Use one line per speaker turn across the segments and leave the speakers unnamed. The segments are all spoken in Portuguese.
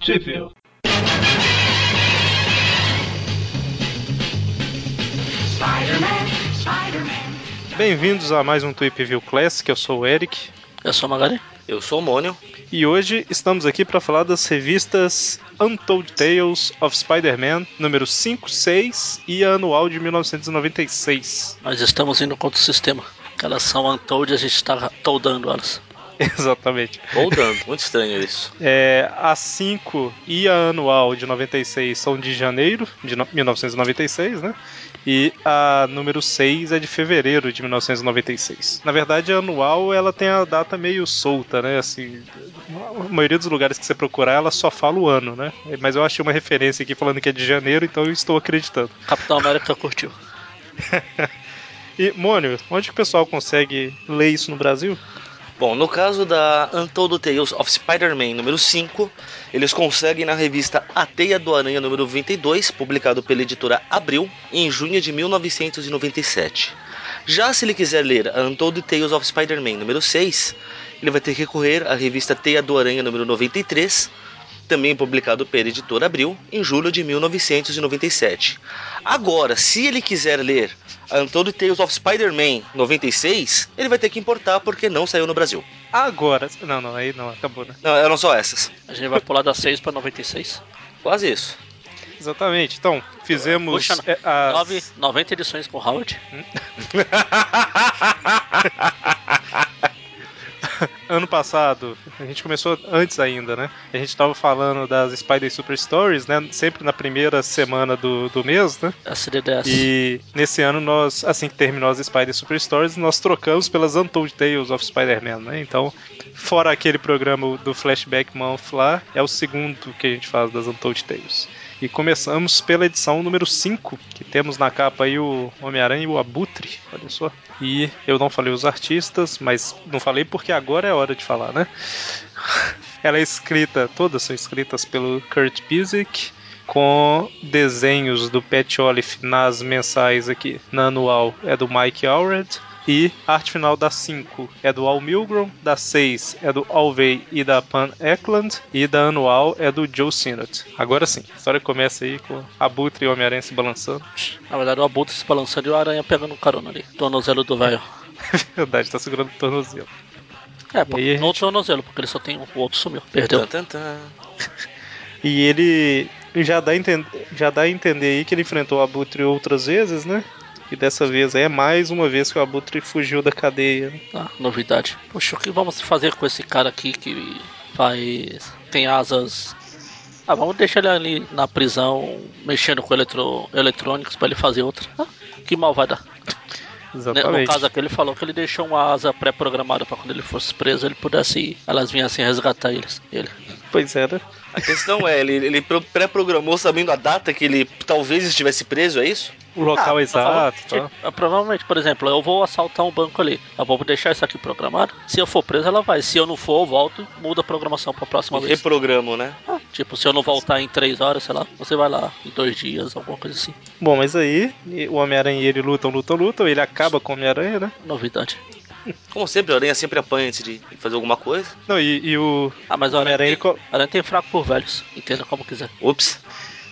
Sheffield. Bem-vindos a mais um Tweep View Classic, eu sou o Eric.
Eu sou o Magali.
Eu sou o Mônio.
E hoje estamos aqui para falar das revistas Untold Tales of Spider-Man, número 5, 6 e a anual de 1996.
Nós estamos indo contra o sistema. Elas são Untold e a gente está toldando elas.
Exatamente.
Toldando, muito estranho isso.
É, a 5 e a anual de 96 são de janeiro de no- 1996, né? E a número 6 é de fevereiro de 1996. Na verdade, a anual ela tem a data meio solta, né? Assim, a maioria dos lugares que você procurar, ela só fala o ano, né? Mas eu achei uma referência aqui falando que é de janeiro, então eu estou acreditando.
Capitão América curtiu.
E, Mônio, onde que o pessoal consegue ler isso no Brasil?
Bom, no caso da Untold Tales of Spider-Man número 5, eles conseguem na revista A Teia do Aranha número 22, publicado pela editora Abril, em junho de 1997. Já se ele quiser ler a Untold Tales of Spider-Man número 6, ele vai ter que recorrer à revista Teia do Aranha número 93, também publicado pela editora Abril, em julho de 1997. Agora, se ele quiser ler a Untold Tales of Spider-Man 96, ele vai ter que importar porque não saiu no Brasil.
Agora. Não, não, aí não, acabou, né?
Não, eram só essas.
A gente vai pular da 6 para 96.
Quase isso.
Exatamente. Então, fizemos.
Puxa,
é, as-
9, 90 edições com o Howard.
ano passado, a gente começou antes ainda, né? A gente tava falando das Spider Super Stories, né? Sempre na primeira semana do, do mês, né?
SDDS.
E nesse ano nós, assim que terminou as Spider Super Stories, nós trocamos pelas Untold Tales of Spider-Man, né? Então, fora aquele programa do Flashback Month lá, é o segundo que a gente faz das Untold Tales. E começamos pela edição número 5, que temos na capa aí o Homem-Aranha e o Abutre, olha só. E eu não falei os artistas, mas não falei porque agora é a hora de falar, né? Ela é escrita, todas são escritas pelo Kurt Busiek, com desenhos do Pat Olive nas mensais aqui. Na anual é do Mike Allred. E a arte final da 5 é do Al Milgrom, da 6 é do Alvey e da Pan Eklund, e da anual é do Joe Sinnott. Agora sim, a história começa aí com Abutre e Homem-Aranha se balançando.
Na verdade, o Abutre se balançando e o Aranha pegando o carona ali. Tornozelo do velho.
Verdade, tá segurando o tornozelo.
É, pô,
E aí a gente-
não o tornozelo, porque ele só tem um, o outro sumiu. Perdeu.
Tan, tan, tan.
E ele já dá, a enten- já dá a entender aí que ele enfrentou o Abutre outras vezes, né? E dessa vez é mais uma vez que o Abutre fugiu da cadeia. né?
Ah, novidade. Poxa, o que vamos fazer com esse cara aqui que faz. tem asas. Ah, vamos deixar ele ali na prisão, mexendo com eletro... eletrônicos pra ele fazer outra. Ah, que mal vai dar. Né, No caso aqui, ele falou que ele deixou uma asa pré-programada pra quando ele fosse preso, ele pudesse ir. Elas vinham assim resgatar eles. Ele.
Pois é, né?
A questão é, ele, ele pro- pré-programou sabendo a data que ele talvez estivesse preso, é isso?
O local
Ah,
exato.
ela
Tá.
falou, tipo, Provavelmente, por exemplo, eu vou assaltar um banco ali. Eu vou deixar isso aqui programado. Se eu for preso, ela vai. Se eu não for, eu volto e mudo a programação pra próxima vez.
Reprogramo, né?
Ah, Tipo, se eu não voltar em três horas, sei lá, você vai lá em dois dias, alguma coisa assim.
Bom, mas aí o Homem-Aranha e ele lutam, lutam, lutam. Ele acaba com o Homem-Aranha, né?
Novidade.
Como sempre, a aranha sempre apanha antes de fazer alguma coisa.
Não, e, e o.
Ah, mas o
Homem-Aranha,
Aranha,
ele
tem,
co-
Aranha tem fraco por velhos. Entenda como quiser.
Ups.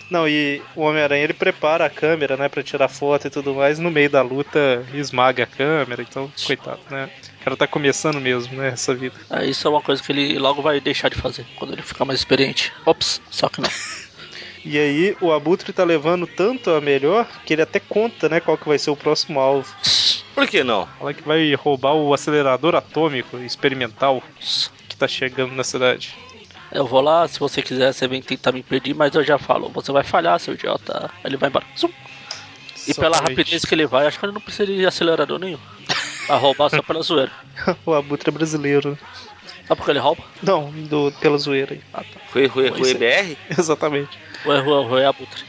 Não, e o Homem-Aranha ele prepara a câmera, né, pra tirar foto e tudo mais. No meio da luta esmaga a câmera, então, coitado, né? O cara tá começando mesmo, né, essa vida.
Ah, isso é uma coisa que ele logo vai deixar de fazer quando ele ficar mais experiente. Ops, só que não.
E aí o Abutre tá levando tanto a melhor que ele até conta, né, qual que vai ser o próximo alvo.
Por que não?
Fala que vai roubar o acelerador atômico experimental que tá chegando na cidade.
Eu vou lá, se você quiser, você vem tentar me impedir, mas eu já falo, você vai falhar, seu idiota. Aí Ele vai embora. Zum. E pela
Exatamente.
rapidez que ele vai, acho que ele não precisa de acelerador nenhum. Vai roubar só pela zoeira.
O Abutre é brasileiro.
Sabe por que ele rouba?
Não, do, pela zoeira aí.
Ah, tá.
Rui, Rui,
Pois
Rui
é.
BR?
Exatamente.
O erro, o erro é abutre.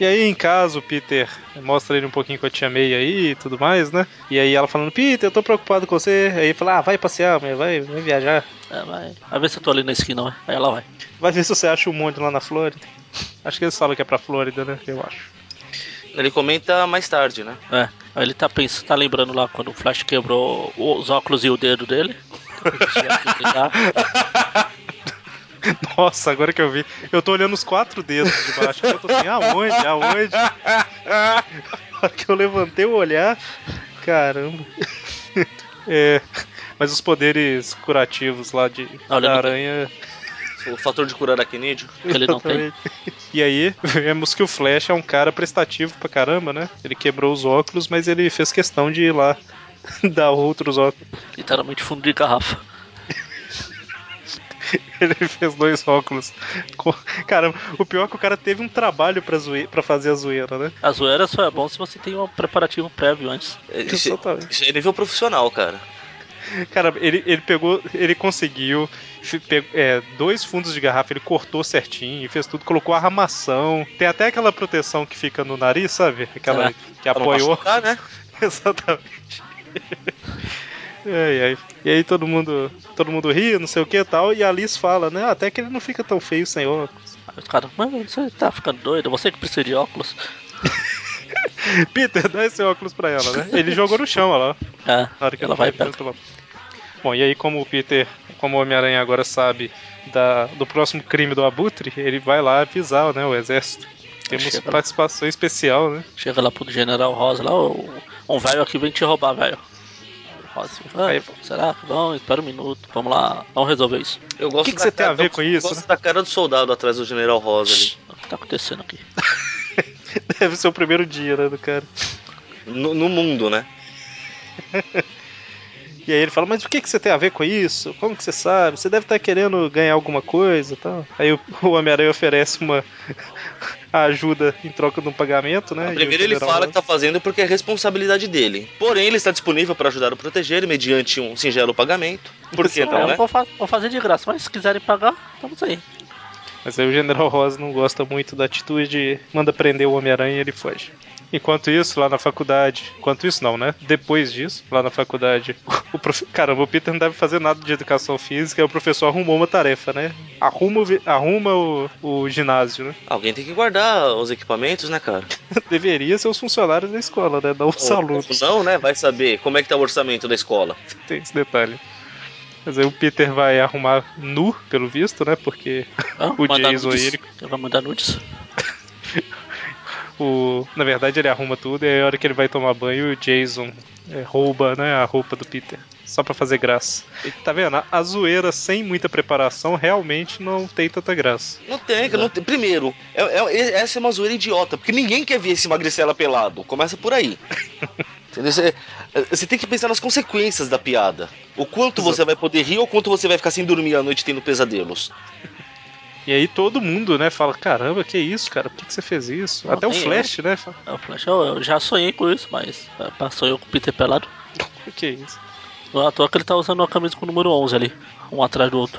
E aí em casa o Peter mostra ele um pouquinho com a tia May aí e tudo mais, né? E aí ela falando, Peter, eu tô preocupado com você. Aí ele fala, ah, vai passear, mãe, vai, vai viajar.
É, vai. Vai ver se eu tô ali na esquina, vai. Aí ela vai.
Vai ver se você acha um monte lá na Flórida. Acho que eles falam que é pra Flórida, né? Eu acho.
Ele comenta mais tarde, né?
É. Aí ele tá pensando, tá lembrando lá quando o Flash quebrou os óculos e o dedo dele.
Nossa, agora que eu vi. Eu tô olhando os quatro dedos de baixo. Eu tô assim, aonde? Aonde? Na hora que eu levantei o olhar. Caramba. É, mas os poderes curativos lá de da
Não, ele Ah, não
aranha.
O fator de curar aracnídeo.
Ele não tem.
Exatamente. E aí, vemos que o Flash é um cara prestativo pra caramba, né? Ele quebrou os óculos, mas ele fez questão de ir lá dar outros óculos.
Literalmente fundo de garrafa.
Ele fez dois óculos. Co- Caramba, o pior é que o cara teve um trabalho pra, zoe... pra fazer a zoeira, né?
A zoeira só é bom se você tem um preparativo prévio antes.
Isso,
Exatamente.
isso é nível profissional, cara.
Cara, ele, ele pegou, ele conseguiu fi- pe- é, dois fundos de garrafa, ele cortou certinho, fez tudo, colocou armação. Tem até aquela proteção que fica no nariz, sabe? Aquela
É.
que apoiou.
Pra não machucar, né?
Exatamente. Ai, ai. E aí todo mundo, todo mundo ri, não sei o que e tal, e a Alice fala, né? Até que ele não fica tão feio sem óculos.
Aí os caras, mano, você tá ficando doido, você que precisa de óculos.
Peter, dá esse óculos pra ela, né? Ele jogou no chão, olha lá.
É,
Na hora que
ela vai e
pega,
pega.
pelo- Bom, e aí como o Peter, como o Homem-Aranha agora sabe da, do próximo crime do Abutre, ele vai lá avisar, né, o exército. Temos
Chega lá.
participação especial, né?
Chega lá pro general Rosa, lá, ô, um velho aqui vem te roubar, velho. Rosa, ah,
Aí-
será que vão? Espera um minuto, vamos lá, vamos resolver isso.
Eu gosto
que que
da
você tem
cara-
a ver
eu
com isso,
gosto
né?
da cara do soldado atrás do General Rosa ali.
O que tá acontecendo aqui?
Deve ser o primeiro dia, né, do cara.
No, no mundo, né?
E aí ele fala, mas o que, que você tem a ver com isso? Como que você sabe? Você deve estar querendo ganhar alguma coisa e tal. Aí o, o Homem-Aranha oferece uma a ajuda em troca de um pagamento, né?
A
E o
primeiro ele
general
fala
lá-
que tá fazendo porque é responsabilidade dele. Porém, ele está disponível para ajudar ou proteger mediante um singelo pagamento. Por que
então,
Ah, eu
não, né?
vou, fa- vou fazer de graça, mas se quiserem pagar, estamos aí.
Mas aí o General Rosa não gosta muito da atitude, manda prender o Homem-Aranha e ele foge. Enquanto isso, lá na faculdade. Enquanto isso, não, né? Depois disso, lá na faculdade. O prof... Caramba, o Peter não deve fazer nada de educação física. e O professor arrumou uma tarefa, né? Arruma, o vi- arruma o... o ginásio, né?
Alguém tem que guardar os equipamentos, né, cara?
Deveria ser os funcionários da escola, né? Não os
Ou-
alunos.
ou Não, né? Vai saber como é que tá o orçamento da escola.
Tem esse detalhe. Mas aí o Peter vai arrumar nu, pelo visto, né? Porque
Ah,
O
mandar
Jason
nudes.
aí, ele-
Ele vai mandar nudes.
o. Na verdade ele arruma tudo e aí a hora que ele vai tomar banho, o Jason é, rouba né, a roupa do Peter. Só pra fazer graça. E tá vendo? A- A zoeira sem muita preparação realmente não tem tanta graça.
Não tem, que não tem. Primeiro, é- é- é- essa é uma zoeira idiota, porque ninguém quer ver esse magricela pelado. Começa por aí. Entendeu? Você, é, você tem que pensar nas consequências da piada. O quanto você vai poder rir ou quanto você vai ficar sem dormir à noite tendo pesadelos.
E aí todo mundo, né, fala: caramba, que isso, cara? Por que, que você fez isso?
Não,
Até o
tem
Flash, né? Fala,
Aí o Flash, "Ó, eu já sonhei com isso, mas é, pá, sonhou com o Peter pelado.
que isso?
Não é à toa que ele tá usando uma camisa com o número 11 ali, um atrás do outro.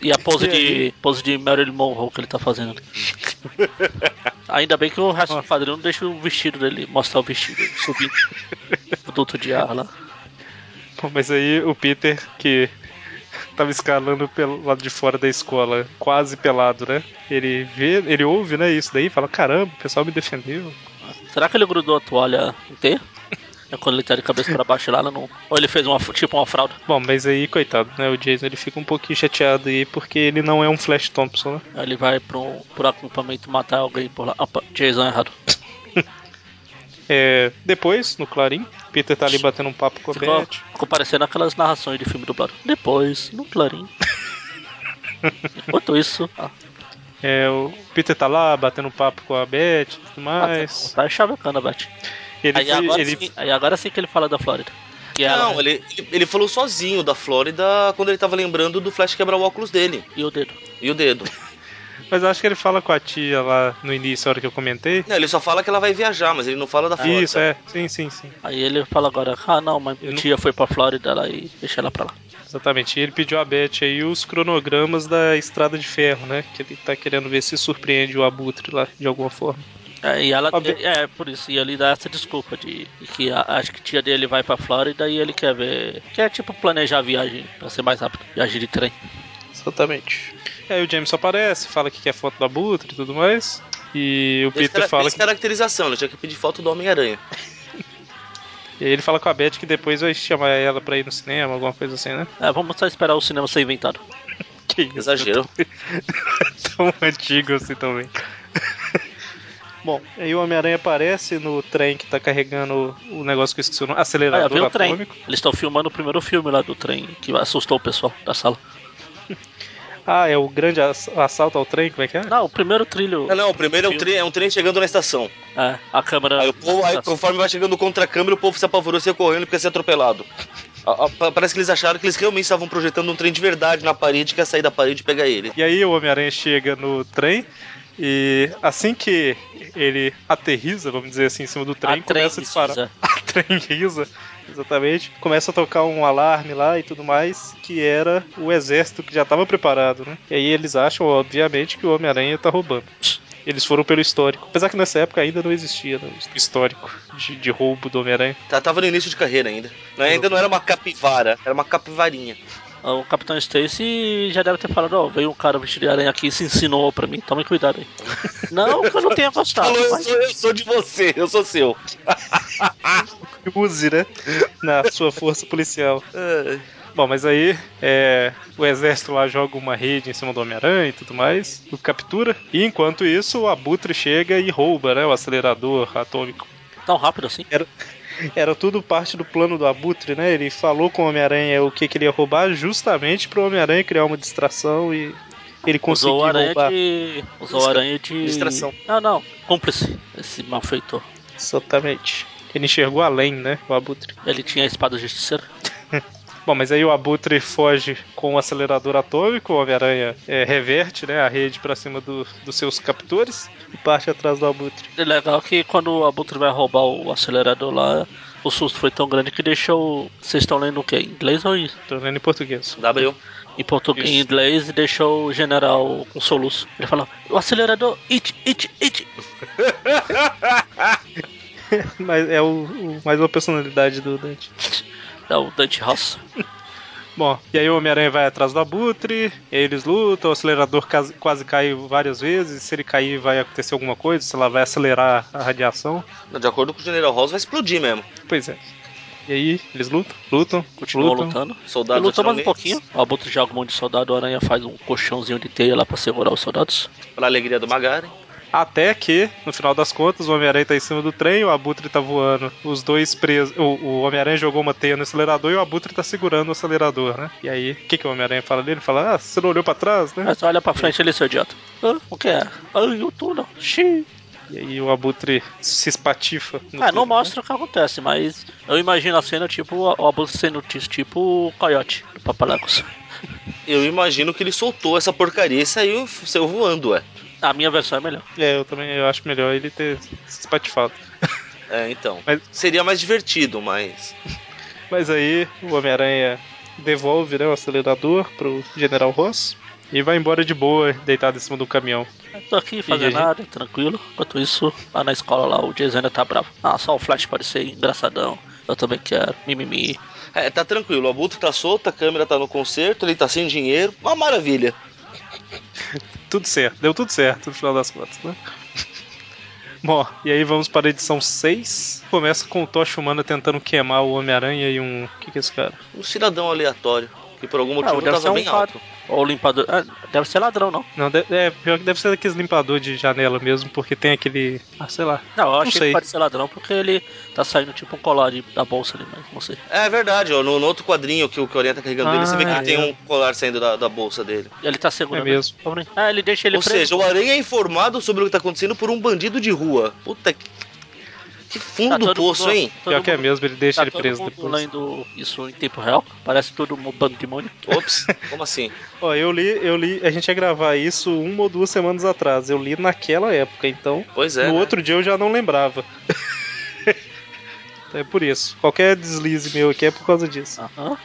E a pose,
E aí?
de, pose de Marilyn Monroe que ele tá fazendo. ali. Ainda bem que o resto do quadril não deixa o vestido dele, mostrar o vestido, ele subindo do outro de ar lá.
Bom, mas aí o Peter, que tava escalando pelo lado de fora da escola, quase pelado, né? Ele vê, ele ouve, né, isso daí e fala, caramba, o pessoal me defendeu.
Será que ele grudou a toalha inteira? É quando ele tá de cabeça pra baixo lá, ela não. Ou ele fez uma f- tipo uma fralda.
Bom, mas aí, coitado, né? O Jason ele fica um pouquinho chateado aí, porque ele não é um Flash Thompson, né?
Aí ele vai pro, pro acampamento matar alguém por lá. Opa, Jason errado.
É, depois, no Clarim, Peter tá ali batendo um papo com a
Ficou,
Beth.
ficou parecendo aquelas narrações de filme dublado. Depois, no Clarim. Enquanto isso, ah, a-
É, o Peter tá lá batendo um papo com a Beth e tudo mais.
Ah, tá chavecando a Beth.
Ele,
Aí,
foi-
agora
ele-
sim, aí agora sim que ele fala da Flórida.
É
Que
Não,
ela
né?
ele, ele- ele falou sozinho da Flórida quando ele tava lembrando do Flash quebrar o óculos dele
e o dedo.
e o dedo.
Mas eu acho que ele fala com a tia lá no início, a hora que eu comentei.
Não, ele só fala que ela vai viajar, mas ele não
Ah,
fala da Flórida.
Isso, é. Sim, sim, sim.
Aí ele fala agora, ah não, mas
Eu
minha
não-
tia foi pra Flórida lá e deixa ela pra lá.
Exatamente. E ele pediu a Beth aí os cronogramas da Estrada de Ferro, né? Que ele tá querendo ver se surpreende o Abutre lá de alguma forma.
É, e ela
Ob-
é, é, por isso, e ele dá essa desculpa de, de que a- acho que tia dele vai pra Flórida e ele quer ver. Quer tipo planejar a viagem pra ser mais rápido, viagem de trem.
Exatamente. É, E aí o James aparece, fala que quer foto do Abutre e tudo mais. E o
Ele
Peter fala que.
caracterização, ele tinha que pedir foto do Homem-Aranha.
E aí ele fala com a Beth que depois vai chamar ela pra ir no cinema, alguma coisa assim, né?
É, vamos só esperar o cinema ser inventado.
Que isso?
Exagero.
Tão antigo assim também. Bom, aí o Homem-Aranha aparece no trem que tá carregando o negócio que eu esqueci o nome,
Ah,
acelerador
viu o trem?
atômico.
Eles estão filmando o primeiro filme lá do trem, que assustou o pessoal da sala.
Ah, é o grande ass- assalto ao trem, como é que é?
Não, o primeiro trilho.
Não, não, o primeiro é um, trem, é um trem chegando na estação.
É, a câmera.
Aí o povo, aí, conforme vai chegando contra a câmera, o povo se apavorou, saiu correndo porque ia ser atropelado. A- a- pa- Parece que eles acharam que eles realmente estavam projetando um trem de verdade na parede, que ia sair da parede e pegar ele.
E aí o Homem-Aranha chega no trem e assim que ele aterriza, vamos dizer assim, em cima do trem, começa a disparar.
precisa.
A trem risa, exatamente. Começa a tocar um alarme lá e tudo mais, que era o exército que já estava preparado, né? E aí eles acham, obviamente, que o Homem-Aranha tá roubando. Eles foram pelo histórico. Apesar que nessa época ainda não existia né, o histórico de, de roubo do Homem-Aranha.
Tá- Tava no início de carreira ainda. Não, é, ainda não era uma capivara, era uma capivarinha.
é O Capitão Stacy já deve ter falado, ó, veio um cara vestido de aranha aqui e se ensinou pra mim, tome cuidado aí. não que eu não tenha gostado,
Falou, eu
Ah, mas
sou, eu sou de você, eu sou seu.
Use, né? Na sua força policial.
É.
Bom, mas aí é, o exército lá joga uma rede em cima do Homem-Aranha e tudo mais, o captura, e enquanto isso o Abutre chega e rouba né, o acelerador atômico.
tão rápido assim.
Era tudo parte do plano do Abutre, né? Ele falou com o Homem-Aranha o que, que ele ia roubar justamente pro Homem-Aranha criar uma distração e ele conseguir
Usou a aranha
roubar.
de. Usou a aranha de.
Distração.
Não, não, cúmplice, esse malfeitor.
Exatamente. Ele enxergou além, né? O Abutre.
Ele tinha a espada justiceira.
Bom, mas aí o Abutre foge com o acelerador atômico, o Homem-Aranha é, reverte né, a rede pra cima do- dos seus captores e parte atrás do Abutre.
É legal que quando o Abutre vai roubar o acelerador lá, o susto foi tão grande que deixou. Vocês estão lendo o quê? Em inglês ou em,
Tô lendo em português.
W.
em português? Em
Isso.
inglês e deixou o general com soluço. Ele falou: o acelerador, it, it, it.
Mas é o, o- mais uma personalidade do Dante.
É o Dante House.
Bom, e aí o Homem-Aranha vai atrás do Abutre, eles lutam, o acelerador cas- quase cai várias vezes, se ele cair vai acontecer alguma coisa, sei lá, vai acelerar a radiação.
De acordo com o General Ross, vai explodir mesmo.
Pois é. E aí, eles lutam, lutam,
Continuou
lutam.
lutando. Ele
Soldados
lutou mais um
atiram
pouquinho. O Abutre joga um monte de soldado, a aranha faz um colchãozinho de teia lá pra segurar os soldados.
neles, Pra alegria do Magari.
Até que, no final das contas, o Homem-Aranha tá em cima do trem, o Abutre tá voando, os dois presos. O, o Homem-Aranha jogou uma teia no acelerador e o Abutre tá segurando o acelerador, né? E aí, o que, que o Homem-Aranha fala dele? Ele fala, ah, você não olhou pra trás, né?
Mas olha pra frente ali, seu idiota. Ah, o que é? Ah, o túnel. Xiii.
E aí o Abutre se espatifa. no
Ah, não
túnel, né?
mostra o que acontece, mas eu imagino a cena tipo o Abutre sendo t- tipo o coiote do Papalagos.
Eu imagino que ele soltou essa porcaria e saiu, saiu voando, ué.
A minha versão é melhor.
É, eu também eu acho melhor ele ter se espatifado.
É, então.
Mas-
Seria mais divertido, mas.
Mas aí o Homem-Aranha devolve né, o acelerador pro General Ross e vai embora de boa, deitado em cima do caminhão.
Eu tô aqui fazendo
gente.
nada, tranquilo. Enquanto isso, lá na escola lá, o Jason ainda tá bravo. Ah, só o Flash pode ser engraçadão. Eu também quero. Mimimi.
É, tá tranquilo. O abutre tá solto, a câmera tá no concerto, ele tá sem dinheiro. Uma maravilha.
Tudo certo, deu tudo certo no final das contas, né? Bom, e aí vamos para a edição 6. Começa com o Tocha Humana tentando queimar o Homem-Aranha e um. O que, que é esse cara?
Um cidadão aleatório. Que por algum
Ah,
motivo
deve ser
tava
um
bem
padre.
alto.
Ou limpador. Ah, deve ser ladrão, não.
Não, de- é, pior que deve ser daqueles limpador de janela mesmo, porque tem aquele. Ah, sei lá.
Não, eu achei
sei.
que pode ser ladrão porque ele tá saindo tipo um colar de- da bolsa ali, mas não sei.
É verdade, ó. No, no outro quadrinho que o que o Orienta tá carregando
Ah,
dele, você vê que
é.
ele tem um colar saindo da, da bolsa dele.
Ele tá segurando.
É mesmo.
Ah, ele deixa ele
Ou
preso.
seja, o Aranha é informado sobre o que tá acontecendo por um bandido de rua. Puta que. Que
Tá
fundo do
todo
poço,
mundo-
hein?
todo
Pior que é
mundo-
mesmo, ele deixa
tá
ele
todo
preso
mundo
depois.
lendo isso em tempo real. Parece todo um bando de mônio.
Ops, como assim?
Ó, eu li, eu li, a gente ia gravar isso uma ou duas semanas atrás. Eu li naquela época, então
Pois é.
no
né?
outro dia eu já não lembrava. é por isso. Qualquer deslize meu aqui é por causa disso.
Aham.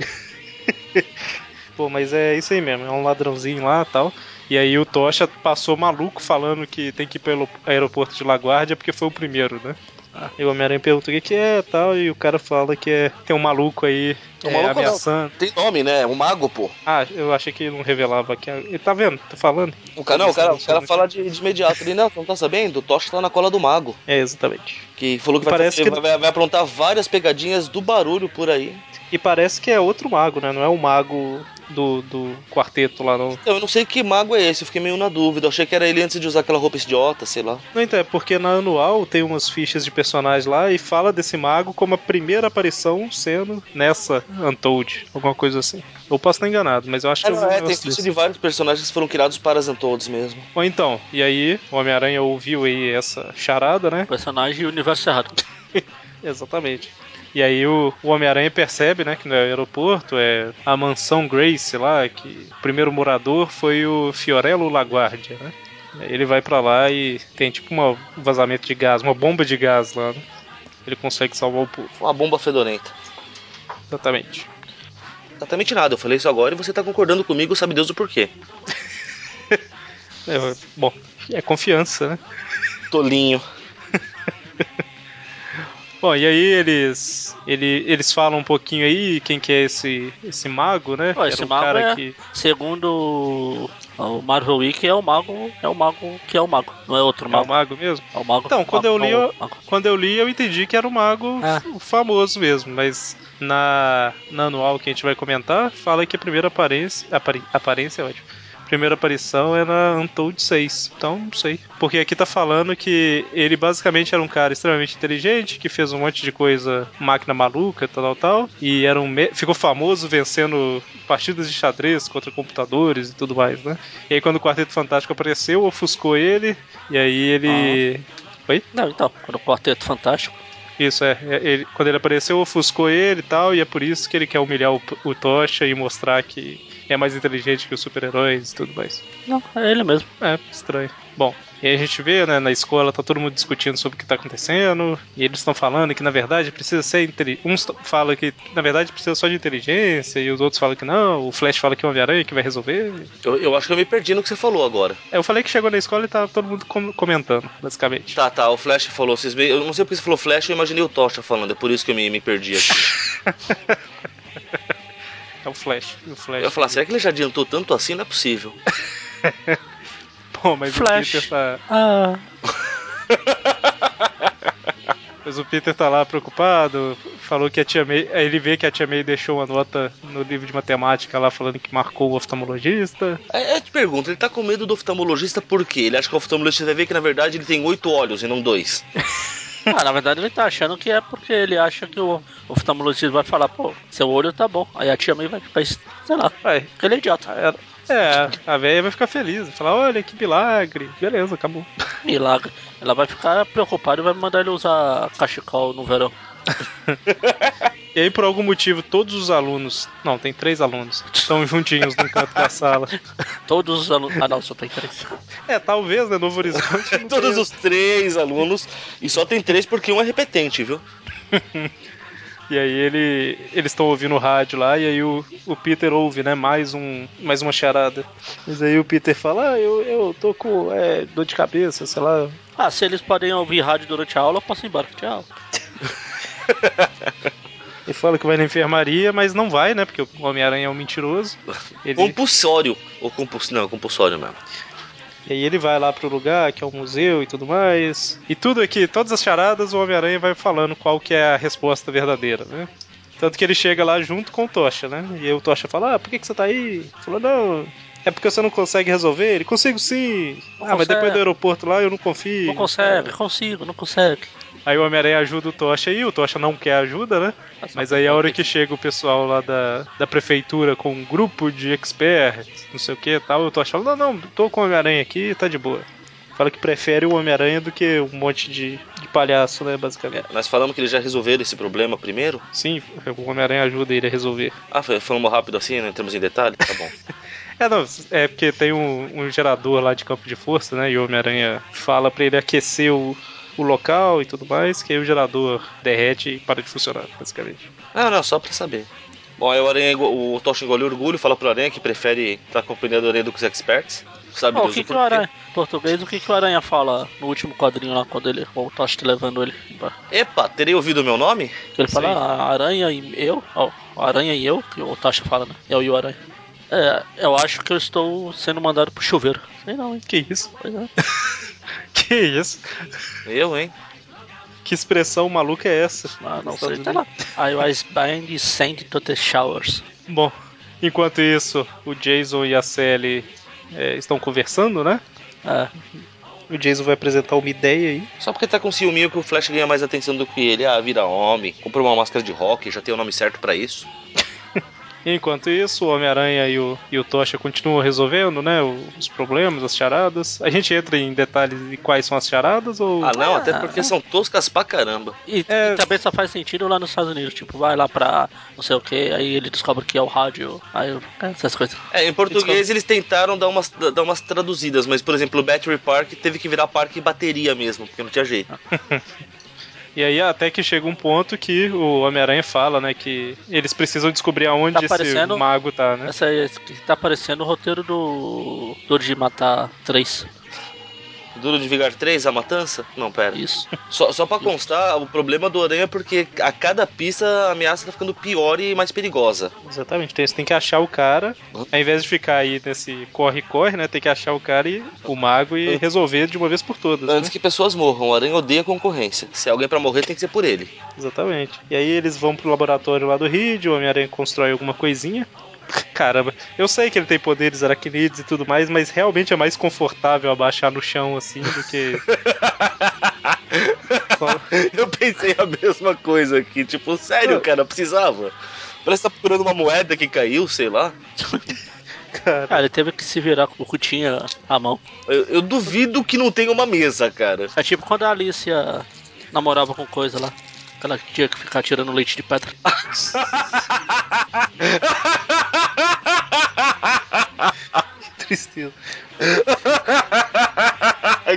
Pô, mas é isso aí mesmo, é um ladrãozinho lá e tal. E aí o Tocha passou maluco falando que tem que ir pelo aeroporto de Laguardia porque foi o primeiro, né?
Ah.
E o Homem-Aranha pergunta o que, que é e tal, e o cara fala que é, tem um maluco aí
Um
é,
maluco não.
ameaçando.
Tem nome, né? Um mago, pô.
Ah, eu achei que ele não revelava que. Ele tá vendo? Tô falando?
O cara, não, o cara, o cara fala de, de imediato ali, não, você não tá sabendo? O Tocha tá na cola do mago.
É, exatamente.
Que falou que, vai,
Parece
fazer-
que-
vai, vai aprontar várias pegadinhas do barulho por aí.
E parece que é outro mago, né? Não é o mago do, do quarteto lá, não.
Eu não sei que mago é esse, eu fiquei meio na dúvida. Eu achei que era ele antes de usar aquela roupa idiota, sei lá.
Não, então, é porque na anual tem umas fichas de personagens lá e fala desse mago como a primeira aparição sendo nessa Untold, alguma coisa assim. Eu posso estar enganado, mas eu acho
É,
que eu vi um
não é, tem
negócio
ficha
desse.
de vários personagens que foram criados para as Untoads mesmo.
Ou então, e aí, o Homem-Aranha ouviu aí essa charada, né?
Personagem e universo errado.
Exatamente. E aí o, o Homem-Aranha percebe, né, que não é o aeroporto, é a mansão Grace lá, que o primeiro morador foi o Fiorello LaGuardia, né? Ele vai pra lá e tem tipo uma- um vazamento de gás, uma bomba de gás lá, né? Ele consegue salvar o povo.
Uma bomba fedorenta.
Exatamente.
Exatamente nada, eu falei isso agora e você tá concordando comigo, sabe Deus o porquê.
É, bom, é confiança, né?
Tolinho.
Bom, e aí eles, ele, eles falam um pouquinho aí quem que é esse, esse mago, né?
Ó, esse
Era um
mago
cara
é-
que...
Segundo o Marvel Wiki, é o mago, é o mago que é o mago, não é outro
É o
mago.
mago mesmo?
É o mago.
Então, quando eu li,
não,
eu-
mago.
Quando eu li, eu entendi que era um mago
Ah.
f- famoso mesmo, mas na, na anual que a gente vai comentar, fala que a primeira aparência. apari- aparência é ótimo. Primeira aparição é na Untold 6, então não sei. Porque aqui tá falando que ele basicamente era um cara extremamente inteligente, que fez um monte de coisa, máquina maluca, tal, tal, tal, e era um me- ficou famoso vencendo partidas de xadrez contra computadores e tudo mais, né? E aí quando o Quarteto Fantástico apareceu, ofuscou ele, e aí ele
Não, então, quando o Quarteto Fantástico.
isso, é. É, ele- quando ele apareceu, ofuscou ele e tal, e é por isso que ele quer humilhar o, o Tocha e mostrar que é mais inteligente que os super-heróis e tudo mais.
Não, é ele mesmo.
É, estranho. Bom, e aí a gente vê, né, na escola tá todo mundo discutindo sobre o que tá acontecendo, e eles estão falando que na verdade precisa ser inteligente. Uns t- falam que na verdade precisa só de inteligência, e os outros falam que não, o Flash fala que é o Homem-Aranha que vai resolver.
Eu, eu acho que eu me perdi no que você falou agora.
É, Eu falei que chegou na escola e tava todo mundo com- comentando, basicamente.
Tá, tá, o Flash falou, vocês me... eu não sei porque você falou Flash, eu imaginei o Tocha falando, é por isso que eu me, me perdi aqui.
É o Flash. O Flash.
Eu ia falar, será que ele já adiantou tanto assim? Não é possível.
Bom, mas
Flash.
o Peter tá.
Ah,
Mas o Peter tá lá preocupado, falou que a tia May. aí Ele vê que a tia May deixou uma nota no livro de matemática lá falando que marcou o oftalmologista.
Aí eu te pergunto, ele tá com medo do oftalmologista por quê? Ele acha que o oftalmologista vai ver que na verdade ele tem oito olhos e não dois.
Ah, na verdade ele tá achando que é porque ele acha que o o oftalmologista vai falar, pô, seu olho tá bom. Aí a tia May vai ficar, es- sei lá,
Vai.
porque ele é idiota.
É, a velha vai ficar feliz, vai falar, olha que milagre. Beleza, acabou.
Milagre. Ela vai ficar preocupada e vai mandar ele usar cachecol no verão.
E aí, por algum motivo, todos os alunos. Não, tem três alunos. Estão juntinhos num canto da sala.
Todos os alunos. Ah, não, só tem três.
É, talvez, né? Novo Horizonte. não
É, Todos
tenha-
os três alunos, e só tem três porque um é repetente, viu?
E aí ele, eles estão ouvindo o rádio lá, e aí o, o Peter ouve, né, mais, um, mais uma charada. Mas aí o Peter fala, ah, eu, eu tô com é, dor de cabeça, sei lá.
Ah, se eles podem ouvir rádio durante a aula, eu posso ir embora. Tchau.
Ele fala que vai na enfermaria, mas não vai, né, porque o Homem-Aranha é um mentiroso. Ele,
Compulsório. Ou compuls... Não, compulsório mesmo.
e aí ele vai lá pro lugar, que é o museu e tudo mais. E tudo aqui, todas as charadas, o Homem-Aranha vai falando qual que é a resposta verdadeira, né. Tanto que ele chega lá junto com o Tocha, né? E aí o Tocha fala, ah, por que, que você tá aí? Ele Falou, não, é porque você não consegue resolver? Ele, consigo sim.
Não
ah, mas
consegue.
depois do aeroporto lá eu não confio.
Não consegue, consigo, não consegue.
Aí o Homem-Aranha ajuda o Tocha e o Tocha não quer ajuda, né? Mas aí a hora que chega o pessoal lá da, da prefeitura com um grupo de experts, não sei o que e tal, o Tocha fala, não, não, tô com o Homem-Aranha aqui, tá de boa. Fala que prefere o Homem-Aranha do que um monte de, de palhaço, né, basicamente.
É, nós falamos que eles já resolveram esse problema primeiro.
Sim, o Homem-Aranha ajuda ele a resolver.
Ah, foi- falamos rápido assim, não entramos em detalhe? Tá bom.
É, não, é porque tem um, um gerador lá de campo de força, né? E o Homem-Aranha fala pra ele aquecer o, o local e tudo mais, que aí o gerador derrete e para de funcionar, basicamente.
Ah, não, só pra saber. Bom, aí o, aranha, engo- o Tocha engoliu orgulho, fala pro Aranha que prefere estar acompanhando o Aranha do que os experts. Sabe
é
Ó, o
Deus
que,
o
que é o
porquê.
Aranha. Em português, o que, que o Aranha fala no último quadrinho lá, quando ele. O Tosh tá levando ele embora?
Epa, terei ouvido o meu nome?
Ele fala,
Sim.
"Ah, aranha e eu? Ó, aranha e eu? Que o Tasha fala, né? Eu e o aranha. É, eu acho que eu estou sendo mandado pro chuveiro. Sei não, hein?
Que isso?
Pois é.
Que isso?
Eu, hein?
Que expressão maluca é essa?
Ah, não
Estados
sei, tá lá. I was banned and sent to the showers.
Bom, Enquanto isso, o Jason e a Sally é, estão conversando, né?
É.
O Jason vai apresentar uma ideia aí.
Só porque tá com ciúminho que o Flash ganha mais atenção do que ele. Ah, vira homem, comprou uma máscara de rock, já tem o nome certo pra isso.
Enquanto isso, o Homem-Aranha e o, e o Tocha continuam resolvendo, né? o- Os problemas, as charadas. A gente entra em detalhes de quais são as charadas ou.
Ah, não,
Ah.
até porque são toscas pra caramba.
E,
É.
e também só faz sentido lá nos Estados Unidos, tipo, vai lá pra não sei o que, aí ele descobre que é o rádio, aí é, essas coisas.
É, em português eles tentaram dar umas, dar umas traduzidas, mas, por exemplo, o Battery Park teve que virar parque bateria mesmo, porque não tinha jeito.
E aí até que chega um ponto que o Homem-Aranha fala, né? Que eles precisam descobrir aonde
Tá
esse
parecendo-
mago tá, né?
Essa aí esse que tá parecendo o roteiro do. do de Matar 3.
Duro de Vigar 3, A Matança? Não, pera.
Isso.
Só, só pra constar, o problema do Aranha é porque a cada pista a ameaça tá ficando pior e mais perigosa.
Exatamente, tem- você tem que achar o cara, ao invés de ficar aí nesse corre-corre, né? Tem que achar o cara e o mago e resolver de uma vez por todas. né?
Antes que pessoas morram, o Aranha odeia concorrência. Se é alguém pra morrer, tem que ser por ele.
Exatamente. E aí eles vão pro laboratório lá do Reed, o Homem-Aranha constrói alguma coisinha. Caramba, eu sei que ele tem poderes aracnídeos e tudo mais, mas realmente é mais confortável abaixar no chão assim do que.
Eu pensei a mesma coisa aqui, tipo, sério, cara, precisava. Parece que tá procurando uma moeda que caiu, sei lá.
Cara,
Ah, ele teve que se virar com o que tinha à mão.
Eu, eu duvido que não tenha uma mesa, cara.
É tipo quando a Alicia namorava com coisa lá. Aquela que tinha que ficar tirando leite de pedra.
tristeza.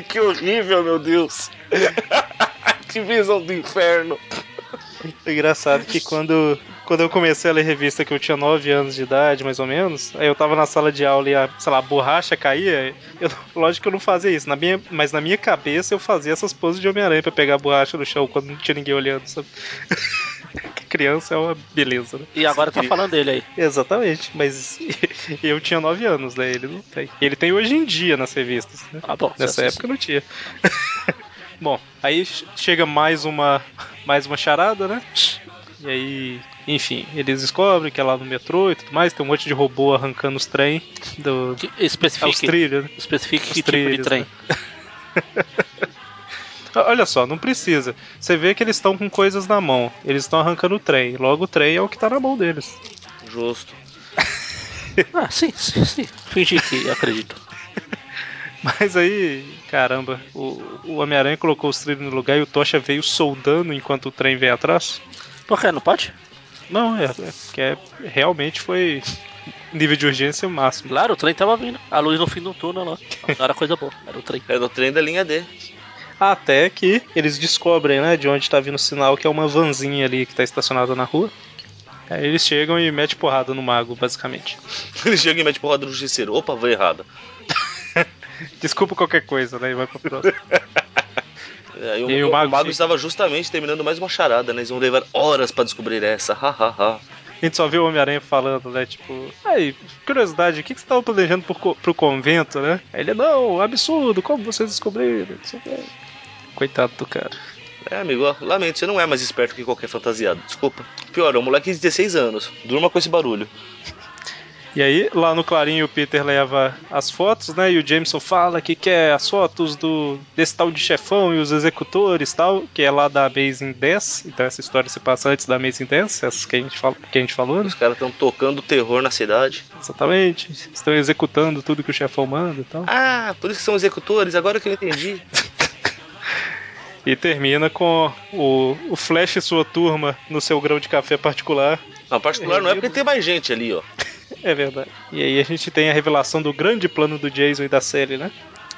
que horrível, meu Deus. que visão do inferno.
É engraçado que quando, quando eu comecei a ler revista que eu tinha 9 anos de idade, mais ou menos, aí eu tava na sala de aula e a, sei lá, a borracha caía, eu, lógico que eu não fazia isso, na minha, mas na minha cabeça eu fazia essas poses de Homem-Aranha pra pegar a borracha no chão quando não tinha ninguém olhando, sabe? Criança é uma beleza, né?
E agora tá falando dele aí.
Exatamente, mas eu tinha 9 anos, né? Ele não tem. Ele tem hoje em dia nas revistas, né?
Ah, bom.
Nessa
sim,
época não tinha. Bom, aí che- chega mais uma mais uma charada, né? E aí, enfim, eles descobrem que é lá no metrô e tudo mais, tem um monte de robô arrancando os trem do
sim. Que-
é, os
Especifique,
trilhos, né?
especifique
os
que tipo de
trilhos,
trem.
O- Olha só, não precisa. Você vê que eles estão com coisas na mão. Eles estão arrancando o trem. Logo o trem é o que tá na mão deles.
Justo.
Ah, sim, sim, sim. Fingi que acredito.
Mas aí, caramba, o, o Homem-Aranha colocou os trilhos no lugar e o Tocha veio soldando enquanto o trem vem atrás.
Por que não pode?
Não, é, é porque é- realmente foi nível de urgência máximo.
Claro, o trem tava vindo. A luz no fim do túnel lá. Não era coisa boa, era o trem.
É do trem da linha D.
Até que eles descobrem, né, de onde tá vindo o sinal, que é uma vanzinha ali que tá estacionada na rua. Aí É, eles chegam e metem porrada no mago, basicamente.
Ele chega e mete porrada no justiceiro. Opa, vou errada.
Desculpa qualquer coisa, né? E vai pro próximo.
Aí o,
E aí o
o
mago
mago,
fica-
estava justamente terminando mais uma charada, né? Eles vão levar horas pra descobrir essa. Ha, ha, ha.
A gente só vê o Homem-Aranha falando, né? Tipo, aí, curiosidade, o que, que você tava planejando pro, co- pro convento, né? Aí ele, não, absurdo, como vocês descobriram? Não sei o quê." Coitado do cara.
É, amigo, ó, lamento, você não é mais esperto que qualquer fantasiado. Desculpa. Pior, é um moleque de 16 anos. Durma com esse barulho.
E aí, lá no Clarinho, o Peter leva as fotos, né? E o Jameson fala que quer as fotos do desse tal de chefão e os executores tal, que é lá da Amazing 10. Então essa história se passa antes da Amazing 10, essas que a gente, fala, que a gente falou, né?
Os caras estão tocando terror na cidade.
Exatamente. Estão executando tudo que o chefão manda e tal.
Ah, por isso que são executores, agora que eu entendi.
E termina com o, o Flash e sua turma no seu grão de café particular.
Não, particular não é porque tem mais gente ali, ó.
É verdade. E aí a gente tem a revelação do grande plano do Jason e da série, né?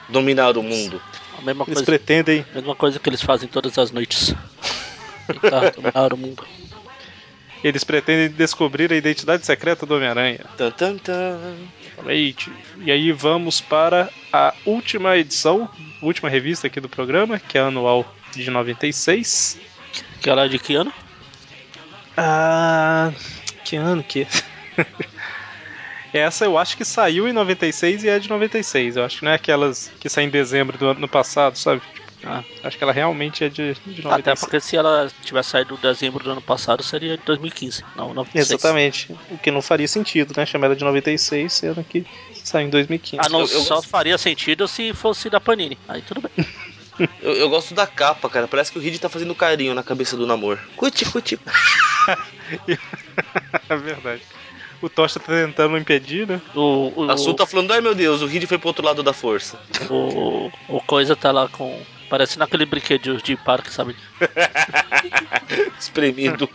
Dominar o mundo.
A mesma
Eles
coisa,
pretendem
mesma coisa que eles fazem todas as noites. Tentar dominar o mundo.
eles pretendem descobrir a identidade secreta do Homem-Aranha.
Tan, tan, tan.
Exatamente. E aí vamos para a última edição, última revista aqui do programa, que é a anual de 96.
Que ela é de que ano?
Ah, que ano que Essa eu acho que é saiu em 96 e é de 96. Eu acho que não é aquelas que saem em dezembro do ano passado, sabe? Tipo,
Ah.
Acho que ela realmente é de, de
Até
95.
porque se ela tivesse saído em dezembro do ano passado, seria de 2015, não 96.
Exatamente. O que não faria sentido, né? Chamar ela de 96, sendo que saiu em 2015.
Ah, não,
Eu- eu
só
gosto.
faria sentido se fosse da Panini. Aí tudo bem.
Eu, eu gosto da capa, cara. Parece que o Reed tá fazendo carinho na cabeça do Namor. Cuti, cuti.
é verdade. O Tocha tá tentando impedir, né?
O, o,
A Sul tá falando, ai meu Deus, o Reed foi pro outro lado da força.
o, o Coisa tá lá com. Parece naquele brinquedo de parque, sabe?
Espremido.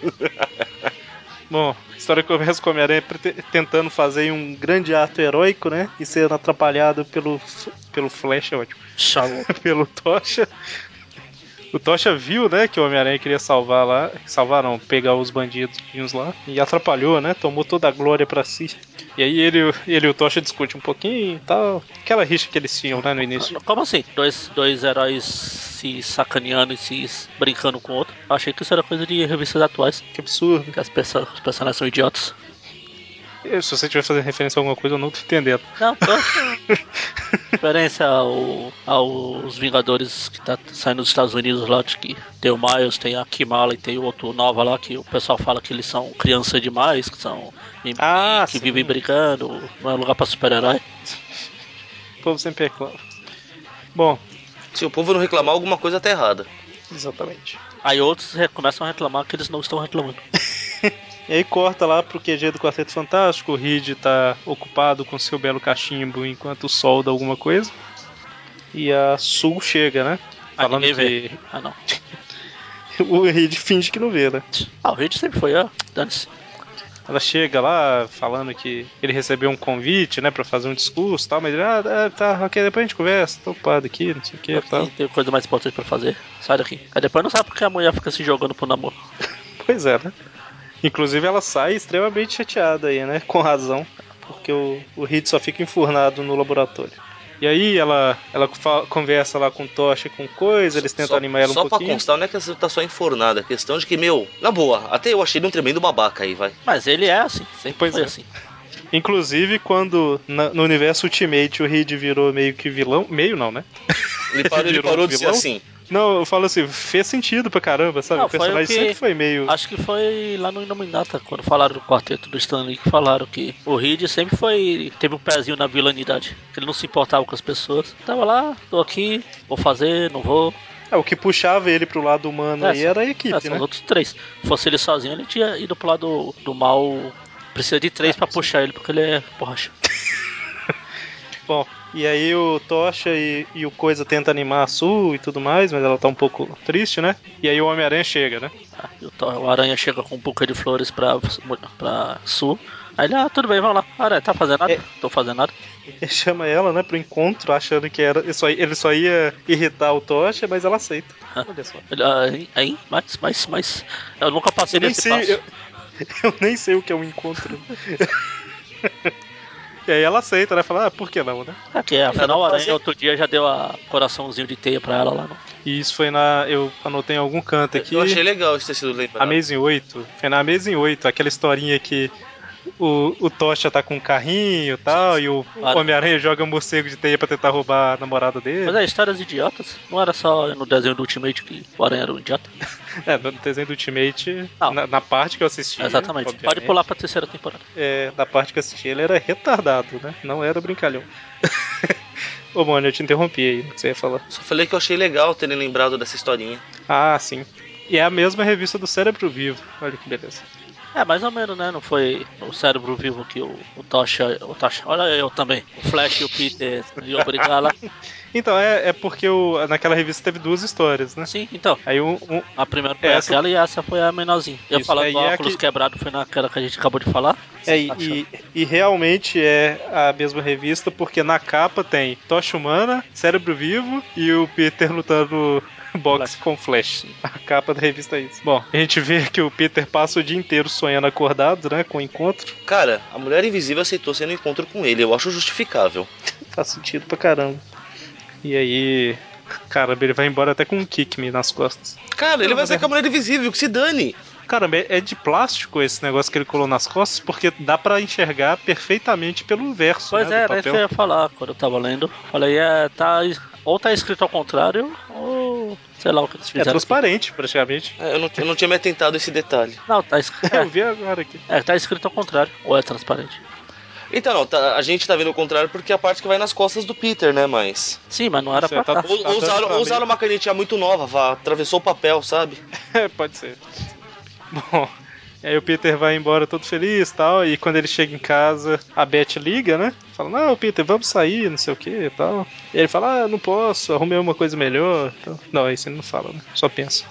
Bom, a história começa com o Homem-Aranha prete- tentando fazer um grande ato heróico, né? E sendo atrapalhado pelo, f- pelo Flash, é ótimo.
Chavo.
pelo Tocha. O Tocha viu, né, que o Homem-Aranha queria salvar lá. Salvar não, pegar os bandidinhos lá. E atrapalhou, né? Tomou toda a glória pra si. E aí ele, ele e o Tocha discutem um pouquinho e tal. Aquela rixa que eles tinham, né, no início.
Como assim? Dois, dois heróis se sacaneando e se s- brincando com o outro. Achei que isso era coisa de revistas atuais,
Que absurdo.
que as perso os personagens são idiotas.
Eu, se você tiver fazendo referência a alguma coisa, eu não tô entendendo.
Não, é tô. Referência ao, aos Vingadores que tá saindo dos Estados Unidos lá, de que tem o Miles, tem a Kimala e tem o outro Nova lá, que o pessoal fala que eles são criança demais, que são. e-
Ah,
que
sim.
vivem brigando, não é lugar pra super-herói.
O povo sempre reclama. Bom,
Se o povo não reclamar, alguma coisa tá errada.
exatamente.
Aí outros re- começam a reclamar que eles não estão reclamando.
E aí corta lá pro QG do Quarteto Fantástico, o Reed tá ocupado com seu belo cachimbo enquanto solda alguma coisa. E a Sul chega, né?
Ah,
Falando
ninguém
que
Ah, não.
o Reed finge que não vê, né?
Ah, o Reed sempre foi, ó. Dane-se.
Ela chega lá falando que ele recebeu um convite, né, pra fazer um discurso e tal, mas ele, ah, é, tá, ok, depois a gente conversa, tô ocupado aqui, não sei o que e tá? tal.
Tem, tem coisa mais importante pra fazer. Sai daqui. Aí depois não sabe porque a mulher fica se jogando pro namoro.
Pois é, né? Inclusive ela sai extremamente chateada aí, né? Com razão, porque o, o Reed só fica enfurnado no laboratório. E aí ela, ela fa- conversa lá com o Tocha e com coisa, eles tentam
só,
animar ela um
Só pra
pouquinho.
constar, não é que você tá só enfornada. A questão de que, meu, na boa, até eu achei ele um tremendo babaca aí, vai.
Mas ele é assim, sempre
Pois
foi
é.
assim.
Inclusive, quando na- no universo Ultimate o Reed virou meio que vilão. Meio não, né?
Ele parou, ele
virou
parou
um
de ser
vilão?
assim.
Não, eu falo assim, fez sentido pra caramba, sabe?
Não,
o
foi
personagem
o que-
sempre foi meio.
Acho que foi lá no Inominata, quando falaram do quarteto do Stanley, que falaram que o Reed sempre foi. teve um pezinho na vilanidade. Ele não se importava com as pessoas. Tava lá, tô aqui, vou fazer, não vou.
É, o que puxava ele pro lado humano
É,
aí
são-
era a
É,
equipe,
são
né?
os outros três. Se fosse ele sozinho, ele tinha ido pro lado do mal. Precisa de três pra puxar ele, porque ele é borracha.
Bom, e aí o Tocha e, e o Coisa tenta animar a Su e tudo mais, mas ela tá um pouco triste, né? E aí o Homem-Aranha chega, né?
Ah, e o to- O Aranha chega com um buquê de flores pra, pra Sul. Aí ele, ah, tudo bem, vamos lá. Aranha, tá fazendo nada?
É.
Tô fazendo nada.
Ele chama ela, né, pro encontro, achando que era, ele, só, ele só ia irritar o Tocha, mas ela aceita. Olha só.
Ele, aí, aí, mais, mais, mais. Eu nunca passei
Eu nem,
nesse
sei,
passo.
eu, eu nem sei o que é um encontro. e aí ela aceita, né? Fala, ah, por que não, né?
É que afinal a
Nada pra
aranha
fazer.
outro dia já deu a coraçãozinho de teia pra ela lá. Não.
E isso foi na. Eu anotei em algum canto aqui.
Eu achei legal isso ter sido lembrado.
Amazing 8. Foi na Amazing 8, aquela historinha que o, o Tocha tá com um carrinho e tal, e o
Claro.
Homem-Aranha joga um morcego de teia pra tentar roubar a namorada
Mas
dele.
é histórias idiotas. Não era só no desenho do Ultimate que o aranha era um idiota.
É, no desenho do Ultimate,
Não.
na, na parte que eu assisti.
Exatamente.
obviamente,
Pode pular pra terceira temporada.
é, na parte que eu assisti, ele era retardado, né? Não era brincalhão. Ô, mano, eu te interrompi aí, o que você ia falar.
Só falei que eu achei legal terem lembrado dessa historinha.
Ah, sim. E é a mesma revista do Cérebro Vivo. Olha que beleza.
É, mais ou menos, né? Não foi o cérebro vivo que o, o Tocha. O Tocha. Olha eu também. O Flash e o Peter iam brigar lá.
Então, é, é porque o- naquela revista teve duas histórias, né?
Sim, então.
Aí um- um,
A primeira foi
Essa-
aquela e essa foi a menorzinha. Eu
Isso,
falar
é,
do
e é
óculos
que-
quebrado foi naquela que a gente acabou de falar.
É, e,
Tá achando?
e- e realmente é a mesma revista, porque na capa tem Tocha Humana, Cérebro Vivo e o Peter lutando boxe com Flash. A capa da revista é isso. Bom, a gente vê que o Peter passa o dia inteiro sonhando acordado, né, com o encontro.
Cara, a Mulher Invisível aceitou ser no encontro com ele. Eu acho justificável.
Faz sentido pra caramba. E aí... Caramba, ele vai embora até com um kick me nas costas.
Cara, ele
Não,
vai
mas
sair
é-
com a Mulher Invisível, que se dane.
Caramba, é é de plástico esse negócio que ele colou nas costas, porque dá pra enxergar perfeitamente pelo verso
Pois
né,
é,
do
era isso
papel.
que eu ia falar quando eu tava lendo. Falei, é, tá, ou tá escrito ao contrário, ou Sei lá o que eles
É
fizeram.
transparente, praticamente.
É, eu, não, eu não tinha me atentado a esse detalhe.
Não, tá escrito.
Eu vi agora aqui.
É, tá escrito ao contrário. Ou é transparente.
Então, não, tá- a gente tá vendo o contrário porque é a parte que vai nas costas do Peter, né? Mas.
Sim, mas não era
Você
pra
tá
tá.
bom.
Ou, ou usaram, ou usaram uma canetinha muito nova, vá, atravessou o papel, sabe?
É, Pode ser. Bom, aí o Peter vai embora todo feliz e tal. E quando ele chega em casa, a Beth liga, né? Fala, não, Peter, vamos sair, não sei o que e tal. E ele fala, ah, não posso, arrumei uma coisa melhor. Então, não, isso ele não fala, né? Só pensa.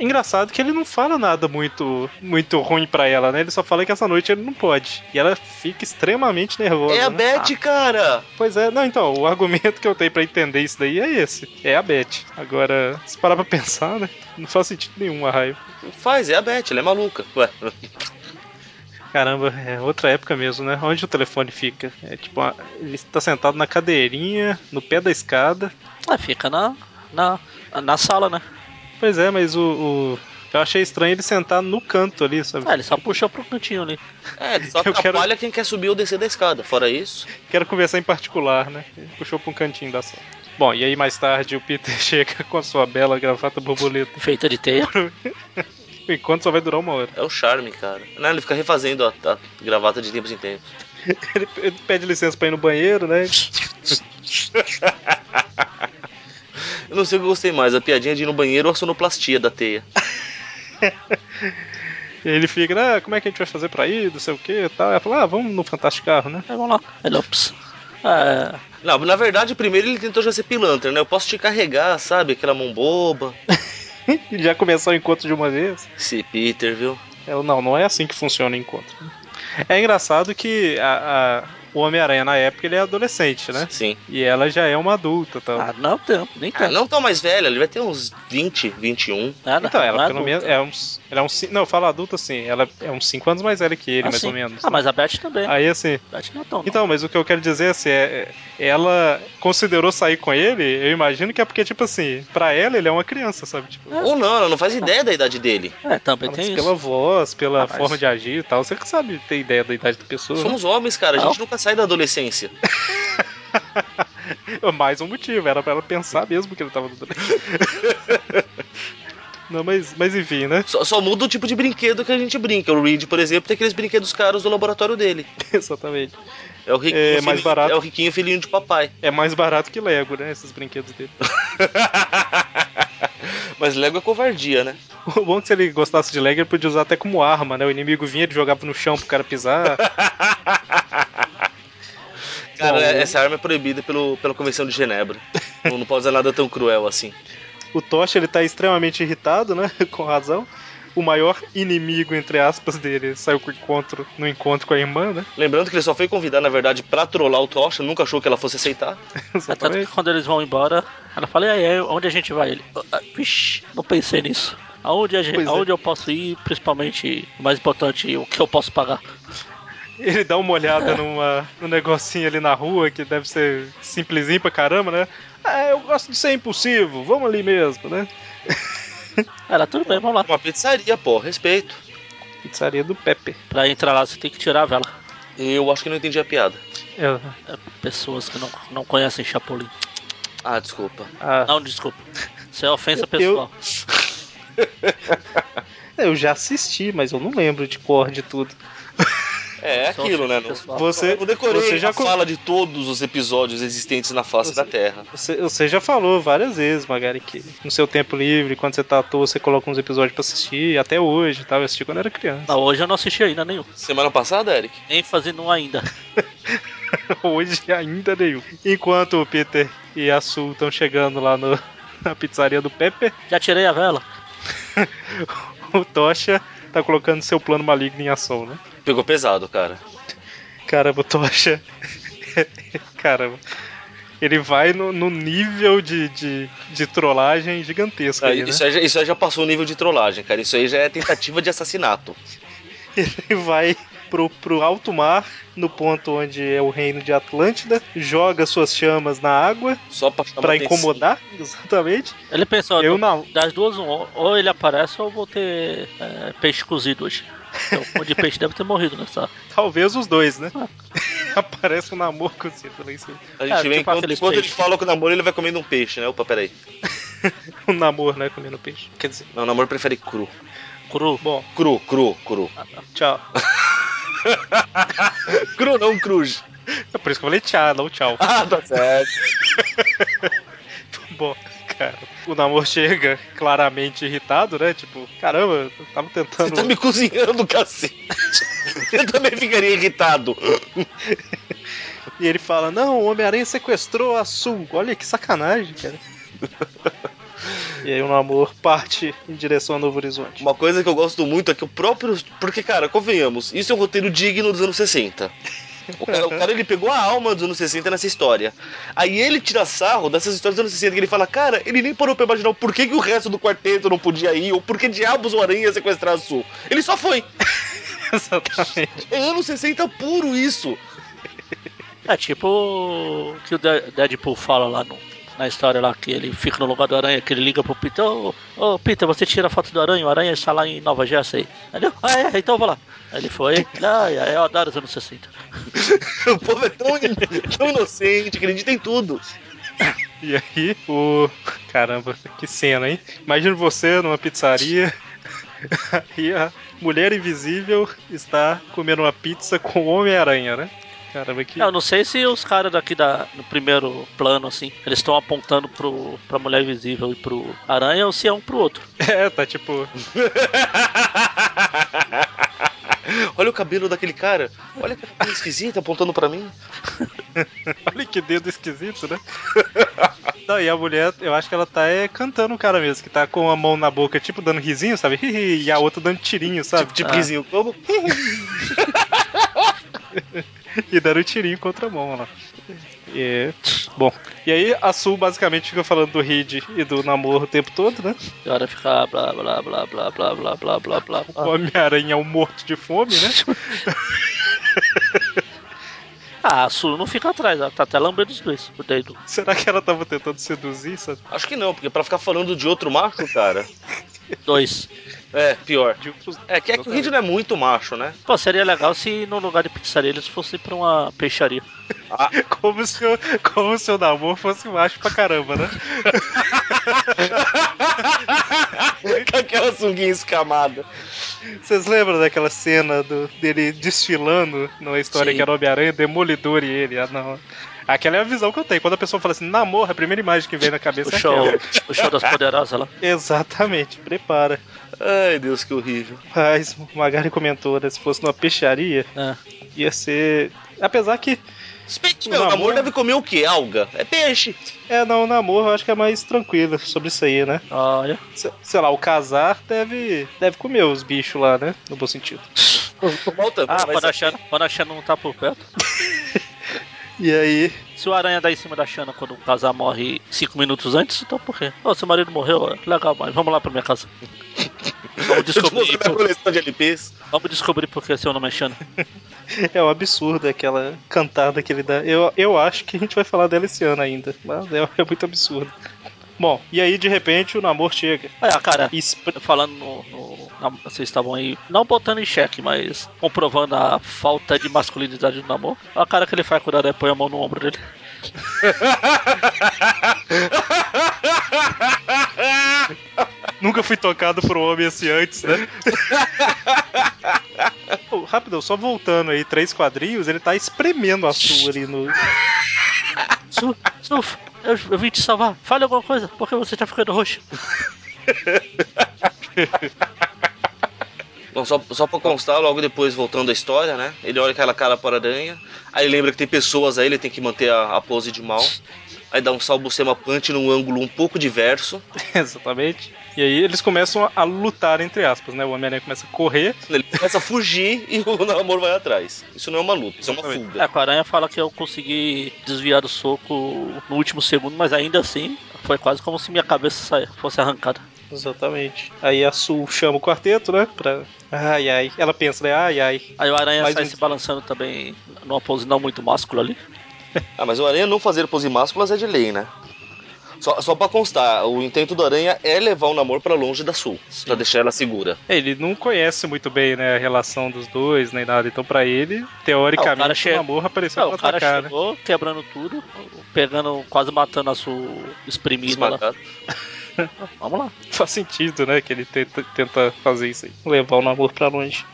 Engraçado que ele não fala nada muito muito ruim pra ela, né? Ele só fala que essa noite ele não pode. E ela fica extremamente nervosa.
é a
né?
Beth, cara!
Pois é, não, então, o argumento que eu tenho pra entender isso daí é esse. É a Beth. Agora, se parar pra pensar, né? Não faz sentido nenhum a raiva.
Não Faz, é a Beth, ela é maluca. Ué.
Caramba, é outra época mesmo, né? Onde o telefone fica? É tipo, uma- ele tá sentado na cadeirinha, no pé da escada.
Ah, fica na, na, na sala, né?
Pois é, mas o. o- Eu achei estranho ele sentar no canto ali, sabe?
É, ele só puxou pro cantinho ali.
É, ele só
Eu quero-
atrapalha quem quer subir ou descer da escada. Fora isso.
Quero conversar em particular, né? Ele Puxou pra um cantinho da sala. Bom, e aí mais tarde o Peter chega com a sua bela gravata borboleta.
Feita de teia.
O encontro só vai durar uma hora.
É o charme, cara. Não, ele fica refazendo a, a gravata de tempos em tempos.
Ele, ele pede licença pra ir no banheiro, né?
Eu não sei o que eu gostei mais, a piadinha de ir no banheiro ou a sonoplastia da teia.
E aí ele fica, né? Como é que a gente vai fazer pra ir? Não sei o que e tal. Ela fala, ah, vamos no Fantástico Carro, né?
Aí vamos lá. Ele, ops. É,
Não, na verdade, primeiro ele tentou já ser pilantra, né? Eu posso te carregar, sabe? Aquela mão boba.
Ele já começou o encontro de uma vez.
Esse Peter, viu?
Ela, não, não é assim que funciona o encontro. É engraçado que a- a- o Homem-Aranha na época ele é É. adolescente, né?
Sim.
E ela já é uma adulta, tal.
ah, não tem, nem
Ah,
tem.
não tão mais velha, ele vai ter uns 20, 21.
Ah, não,
então,
não
ela
é
pelo
adulta.
menos é uns, ela é uns, cin- não, eu falo adulta assim, ela é uns 5 anos mais velha que ele,
Ah,
mais
sim.
ou menos.
Ah, mas a Beth também.
Aí assim,
A Beth não é tão. não.
Então, mas o que eu quero dizer assim, é, é, ela considerou sair com ele, eu imagino que é porque, tipo assim, pra ela ele é uma criança, sabe? Tipo,
Ou não, ela não faz ideia da idade dele.
Então,
É, também
mas
tem isso.
pela voz, pela
Ah, mas-
forma de agir e tal, você que sabe ter ideia da idade da pessoa. né?
Somos homens, cara, a
Não.
gente nunca sai da adolescência.
Mais um motivo, era pra ela pensar mesmo que ele tava dando. Não, mas, mas enfim, né?
Só, só muda o tipo de brinquedo que a gente brinca. O Reed, por exemplo, tem aqueles brinquedos caros do laboratório dele.
Exatamente.
É o riquinho,
É, mais
filhinho-
barato.
é o riquinho filhinho de papai.
É mais barato que Lego, né? Esses brinquedos dele.
Mas Lego é covardia, né?
O bom é que se ele gostasse de Lego, ele podia usar até como arma, né? O inimigo vinha, ele jogava no chão pro cara pisar.
Cara,
Bom,
é-
o-
essa arma é proibida pelo, pela Convenção de Genebra. não, não pode usar nada tão cruel assim.
O Tocha ele tá extremamente irritado, né? Com razão. O maior inimigo, entre aspas, dele saiu com o encontro, no encontro com a irmã, né?
Lembrando que ele só foi convidado, na verdade, pra trollar o Tocha, nunca achou que ela fosse aceitar.
É tanto que
Exatamente.
quando eles vão embora, ela fala, e aí, onde a gente vai? Ele, "Ah, ah, vixi, não pensei nisso. Aonde, a gente,
Pois é.
aonde eu posso ir, principalmente, o mais importante, o que eu posso pagar.
Ele dá uma olhada numa, num negocinho ali na rua que deve ser simplesinho pra caramba, né? Ah, eu gosto de ser impulsivo, vamos ali mesmo, né?
Ela, tudo bem, vamos lá.
Uma pizzaria, pô, respeito.
Pizzaria do Pepe.
Pra entrar lá, você tem que tirar a vela.
Eu acho que não entendi a piada.
Eu-
É, pessoas que não, não conhecem Chapolin.
Ah, desculpa.
ah,
Não, desculpa. Isso é ofensa pessoal.
eu já assisti, mas eu não lembro de cor de tudo.
É, é
Isso é
aquilo, né?
ofensa
Não,
pessoal.
Você,
eu não decorei
você já
a
con-
fala de todos os episódios existentes na face da Terra.
Você, você já falou várias vezes, Magari, que no seu tempo livre, quando você tá à toa, você coloca uns episódios pra assistir, até hoje, tá? Eu assisti quando era criança.
Não, hoje eu não assisti ainda nenhum.
Semana passada, Eric?
ênfase no ainda.
hoje ainda nenhum. Enquanto o Peter e a Sul estão chegando lá no- na pizzaria do Pepe,
Já tirei a vela.
o Tocha tá colocando seu plano maligno em ação, né?
Pegou pesado, cara.
Caramba, o Tocha. Caramba. Ele vai no, no nível de, de, de trollagem gigantesco
Ah,
aí, né?
isso, aí, já- isso aí já passou o nível de trollagem, cara. Isso aí já é tentativa de assassinato.
Ele vai pro, pro alto mar, no ponto onde é o reino de Atlântida, joga suas chamas na água
Só pra, chamar
pra
atenção.
incomodar, exatamente.
Ele pensou,
Eu Ah, não.
das duas, um, ou ele aparece ou eu vou ter é, peixe cozido hoje. Então, um monte de peixe deve ter morrido né? nessa.
Talvez os dois, né? Aparece um namoro cozido lá em cima.
A gente
É,
vê
tipo
enquanto,
aqueles
enquanto ele
peixes.
fala com o namoro, ele vai comendo um peixe, né? Opa, peraí.
o namoro, né? Comendo peixe. Quer dizer,
Não, o namoro prefere cru.
Cru.
bom,
Cru, cru, cru.
tchau.
cru não, cruz.
É por isso que eu falei tchau, não tchau.
Ah, tá certo.
Bom, cara, o namoro chega claramente irritado, né? Tipo, caramba, eu tava
Você
tentando.
tá me cozinhando, cacete. Eu também ficaria irritado.
E ele fala: Não, o Homem-Aranha sequestrou a Sul. Olha que sacanagem, cara. e aí o namoro parte em direção ao Novo Horizonte.
Uma coisa que eu gosto muito é que o próprio. Porque, cara, convenhamos, isso é um roteiro digno dos anos 60. O cara, o cara, ele pegou a alma dos anos 60 nessa história. Aí ele tira sarro dessas histórias dos anos 60 que ele fala, cara, ele nem parou pra imaginar o porquê que o resto do quarteto não podia ir, ou por que diabos o Aranha ia sequestrar a Sul. Ele só foi.
Exatamente.
É anos 60 puro isso.
É tipo o que o De- Deadpool fala lá no- na história lá, que ele fica no lugar do aranha, que ele liga pro Peter, ô ô, Peter, você tira a foto do aranha, o aranha está lá em Nova Jersey. Aí ele, ah é, então eu vou lá. Aí ele foi, ah, é, eu adoro os anos 60.
O povo é tão, in- tão inocente, acredita em tudo.
E aí, o. Caramba, que cena, hein? Imagina você numa pizzaria. e a mulher invisível está comendo uma pizza com o Homem-Aranha, né? Caramba, que.
Eu não sei se os caras daqui da, no primeiro plano, assim, eles estão apontando pro, pra Mulher Invisível e pro Aranha ou se é um pro outro.
É, tá tipo.
Olha o cabelo daquele cara. Olha que coisa esquisita apontando pra mim.
Olha que dedo esquisito, né? Não, e a mulher, eu acho que ela tá é, cantando o cara mesmo, que tá com a mão na boca, tipo dando risinho, sabe? E a outra dando tirinho, sabe?
Tipo, tipo
Ah.
risinho como?
Ah, E dando tirinho contra a mão lá. E, bom, e aí a Sul basicamente fica falando do Reed e do namoro o tempo todo, né?
E a hora fica blá blá blá blá blá blá blá blá blá
Ah.
O
blá.
Homem-Aranha é um morto de fome, né?
Ah, a Su não fica atrás, ela tá até lambrando os dois, o dedo.
Será que ela tava tentando seduzir, sabe?
Acho que não, porque pra ficar falando de outro macho, cara.
Dois.
É, pior.
De outros-
É que, é que o Reed não é muito macho, né?
Pô, seria legal se no lugar de pizzaria eles fossem pra uma peixaria.
Ah,
Como se, o, como se o namoro fosse macho pra caramba, né?
com aquela sunguinha escamada.
Vocês lembram daquela cena do- dele desfilando numa história
Sim.
que era Homem-Aranha, Demolidor e ele? Ah, não. Aquela é a visão que eu tenho. Quando a pessoa fala assim, namoro, a primeira imagem que vem na cabeça
O
é
show,
aquela.
o show das poderosas lá.
Exatamente, prepara.
Ai, Deus, que horrível.
Mas o Magari comentou, né? Se fosse numa peixaria,
É.
ia ser. Apesar que.
Meu,
O
o
namoro-
amor deve comer o quê? Alga? É peixe.
É, não, o namoro eu acho que é mais tranquilo sobre isso aí, né?
Olha.
Se- Sei lá, o casar deve, deve comer os bichos lá, né? No bom sentido.
Tomar o também,
Ah,
mas é
quando a, Xana, quando a Xana não tá por perto.
E aí,
Se o aranha dá em cima da Xana quando o casal morre cinco minutos antes, então por quê? Ô, seu marido morreu, ó, legal, mas vamos lá pra minha casa. Vamos
Deixa eu te
descobrir,
mostrar minha
por,
coleção de LPs.
vamos descobrir por que seu nome é Xana.
É um absurdo aquela cantada que ele dá. Eu, eu acho que a gente vai falar dela esse ano ainda, mas é, é muito absurdo. Bom, e aí de repente o namoro chega.
Olha, cara,
E espre-
falando no, no- na- vocês estavam aí não botando em xeque, mas comprovando a falta de masculinidade do namoro. Olha a cara que ele faz quando a aranha põe a mão no ombro dele.
Nunca fui tocado por um homem assim antes, né? Pô, Rápido, só voltando aí, três quadrinhos, ele tá espremendo a sua ali no.
Su, Suf, eu, eu vim te salvar. Fale alguma coisa, porque você tá ficando roxo.
Bom, só, só pra constar, logo depois, voltando à história, né? Ele olha aquela cara para aranha. Aí lembra que tem pessoas aí, ele tem que manter a, a pose de mal. Aí dá um salbucema punch num ângulo um pouco diverso.
Exatamente. E aí eles começam a, a lutar, entre aspas, né? O Homem-Aranha começa a correr.
Ele começa a fugir e o namoro vai atrás. Isso não é uma luta, isso é uma
É,
fuga.
com a aranha fala que eu consegui desviar do soco no último segundo, mas ainda assim foi quase como se minha cabeça sa- fosse arrancada.
Exatamente. Aí a Sul chama o quarteto, né? Pra. Ai ai. Ela pensa, né? Ai ai.
Aí o aranha
Mais
sai
um.
se balançando também numa pose não muito máscula ali.
Ah, mas o aranha não fazer pose másculas é de lei, né? Só, só pra constar, o intento do aranha é levar o namoro pra longe da Sul,
Sim.
pra deixar ela segura.
É, Ele não conhece muito bem, né, a relação dos dois, nem nada. Então, pra ele,
Ah, o cara
teoricamente,
che-
o namoro apareceu
Ah,
pra
o cara
atacar, né?
chegou quebrando tudo, pegando, quase matando a sua espremida lá.
Esmagado.
Vamos lá.
Faz sentido, né? Que ele tenta, tenta fazer isso aí. Levar o namoro pra longe.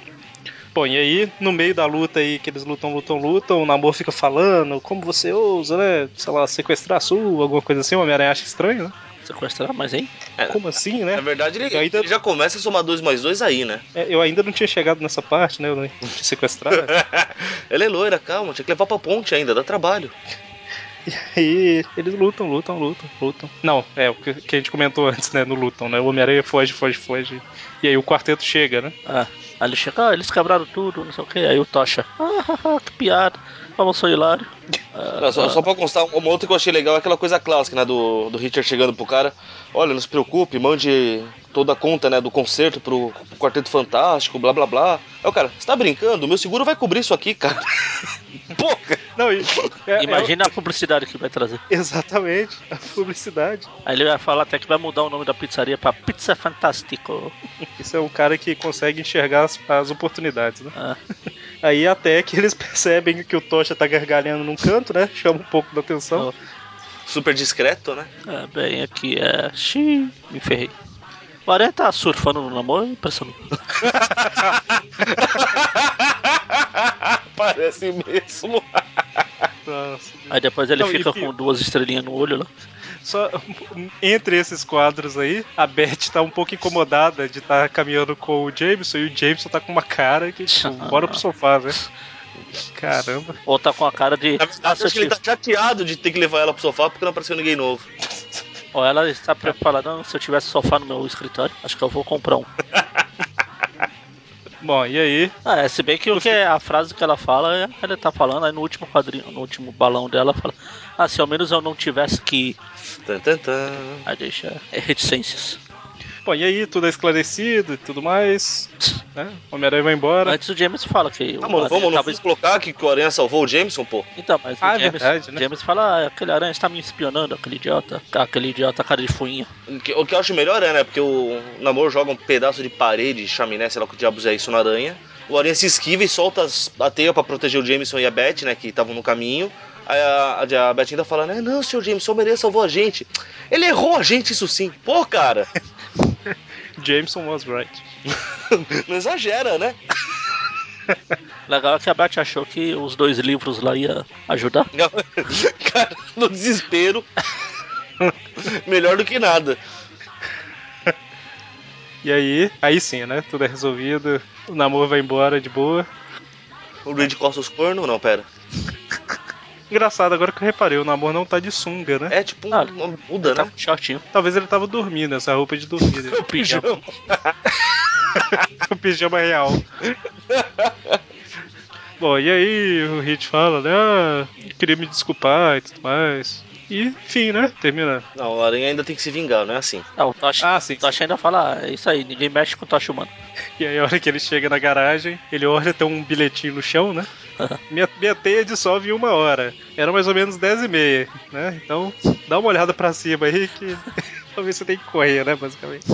Bom, e aí, no meio da luta aí, que eles lutam, lutam, lutam, o namoro fica falando, como você ousa, né? Sei lá, sequestrar a sua, alguma coisa assim, o Homem-Aranha acha estranho, né?
Sequestrar, mas hein?
Como assim,
É.
né?
Na verdade, ele,
Eu
tá-
ainda-
ele já começa a somar dois mais dois aí, né?
É, Eu ainda não tinha chegado nessa parte, né? Eu não tinha sequestrado.
Ela é loira, calma, tinha que levar pra ponte ainda, dá trabalho.
E eles lutam, lutam, lutam, lutam. Não, é o que que a gente comentou antes, né? No lutam, né? O Homem-Aranha foge, foge, foge. E aí o quarteto chega, né?
Ah, aí ele chega, ah, eles quebraram tudo, não sei o que. Aí o Tocha, ah, que piada. Vamos, sou hilário. Ah,
Não, só,
ah,
só pra constar, uma outra que eu achei legal é aquela coisa clássica, né? Do, do Richard chegando pro cara. Olha, não se preocupe, mande toda a conta, né? Do concerto pro, pro Quarteto Fantástico, blá blá blá. Aí o cara, você tá brincando? Meu seguro vai cobrir isso aqui, cara. Pô, cara.
Não, e, é- é-
Imagina a publicidade que vai trazer.
exatamente, a publicidade.
Aí ele vai falar até que vai mudar o nome da pizzaria pra Pizza Fantástico.
Isso é um cara que consegue enxergar as, as oportunidades, né?
Ah,
Aí até que eles percebem que o Tocha tá gargalhando num canto, né? Chama um pouco da atenção.
Super discreto, né?
é, bem, aqui é. Xiii, me ferrei. O Aranha tá surfando no namoro, impressionante.
Parece mesmo.
Nossa,
Aí depois ele
Não, e
fica
pior-
com duas estrelinhas no olho lá.
Só entre esses quadros aí, a Beth tá um pouco incomodada de estar caminhando com o Jameson e o Jameson tá com uma cara que, tipo, bora pro sofá, né? Caramba.
Ou tá com a cara de.
Na verdade,
Nossa,
acho que ele
tio.
tá chateado de ter que levar ela pro sofá porque não apareceu ninguém novo.
Ou ela
É.
está preparada, "Não, se eu tivesse sofá no meu escritório, acho que eu vou comprar um.
Bom, e aí?
Ah, é, se bem que o que é a frase que ela fala, é- ela tá falando, aí no último quadrinho, no último balão dela, fala, ah, se ao menos eu não tivesse que.
Tan, tan, tan.
Aí deixa é, reticências.
Bom, e aí? Tudo é esclarecido e tudo mais. Né? O Homem-Aranha vai embora.
Antes o James fala que. o
Ah, mano,
Aranha
vamos, não
tava-
vamos colocar que, que o Aranha salvou o Jameson, pô.
Então, mas
Ah, é
o James,
verdade, né?
James fala, ah, aquele aranha está me espionando, aquele idiota, aquele idiota cara de fuinha.
O que- O que eu acho melhor é, né? Porque o namoro joga um pedaço de parede, chaminé, sei lá o que diabos é isso na aranha. O aranha se esquiva e solta as- a teia pra proteger o Jameson e a Beth, né? Que estavam no caminho. Aí a, a, a Beth ainda fala, né? Não, senhor Jameson, o Homem-Aranha salvou a gente. Ele errou a gente, isso sim. Pô, cara,
Jameson was right.
não exagera, né?
Legal é que a Beth achou que os dois livros lá ia ajudar.
Cara, no desespero. Melhor do que nada.
E aí? Aí sim, né? Tudo é resolvido. O namoro vai embora de boa.
O Reed costa os cornos? Não, pera.
Engraçado, agora que eu reparei, o namoro não tá de sunga, né?
É tipo um,
Ah,
uma muda,
Tá
né?
com shortinho.
Talvez ele tava dormindo, essa roupa de dormir. né?
Pijama.
o pijama real. Bom, e aí o Hit fala, né? Ah, queria me desculpar e tudo mais. E fim, né? Termina.
Não, o Aranha ainda tem que se vingar, não é assim.
Ah, o Tocha,
Ah, sim.
o Tocha ainda fala, ah, é isso aí, ninguém mexe com o Tocha humano.
E aí a hora que ele chega na garagem, ele olha, tem um bilhetinho no chão, né? Minha, minha teia dissolve em uma hora. Era mais ou menos 10 e meia, né? Então, dá uma olhada pra cima aí que talvez você tenha que correr, né? Basicamente.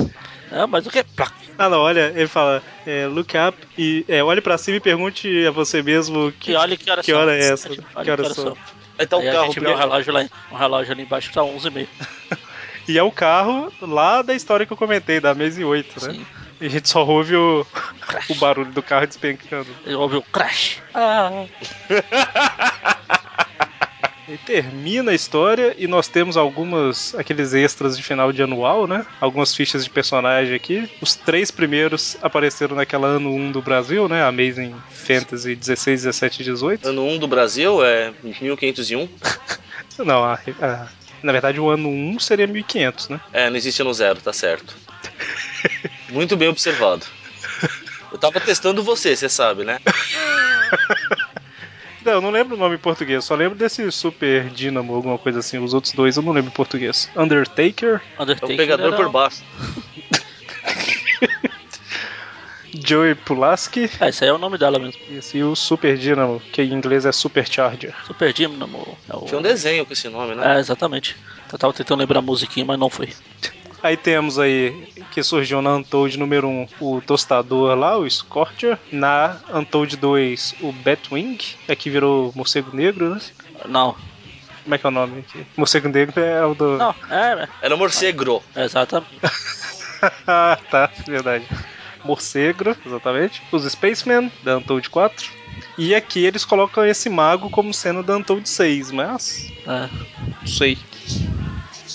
Ah, mas o que?
Ah, não, olha, ele fala, é, look up e é, olhe pra cima e pergunte a você mesmo que,
Que olha que horas
que
são.
hora é essa?
Olha
Que horas são?
Aí tá o
Aí a
carro
gente vê o relógio lá, um relógio ali embaixo que tá 11h30.
E é o carro lá da história que eu comentei, da Amazing 8, né?
Sim.
E a gente só ouve o, o barulho do carro despencando.
E Houve o crash. Ah,
É
E termina a história e nós temos algumas, aqueles extras de final de anual, né? Algumas fichas de personagem aqui. Os três primeiros apareceram naquela ano 1 do Brasil, né? Amazing Fantasy 16, 17 e 18.
Ano 1 do Brasil é 1501.
Não, a- a- na verdade o ano 1 seria 1500, né?
É, não existe ano zero, tá certo. Muito bem observado. Eu tava testando você, você sabe, né?
Não, eu não lembro o nome em português, só lembro desse Super Dynamo, alguma coisa assim. Os outros dois eu não lembro em português. Undertaker,
É um
Undertaker
pegador
era
por
um-
baixo.
Joey Pulaski
Ah, esse aí é o nome dela mesmo.
Isso, e o Super Dynamo, que em inglês é Supercharger.
Super Dynamo. É o...
Tinha um desenho com esse nome, né?
É, exatamente. Eu tava tentando lembrar a musiquinha, mas não foi.
Aí temos aí, que surgiu na Untold número 1, o Tostador lá, o Scorcher. Na Untold 2, o Batwing, é que virou Morcego Negro, né?
Não.
Como é que é o nome aqui? Morcego Negro é o do.
Não, é,
Era morcego.
é, exatamente.
Ah, tá, verdade. Morcego, exatamente. Os Spacemen, da Untold 4. E aqui eles colocam esse mago como sendo da Untold 6, mas.
É.
Não sei.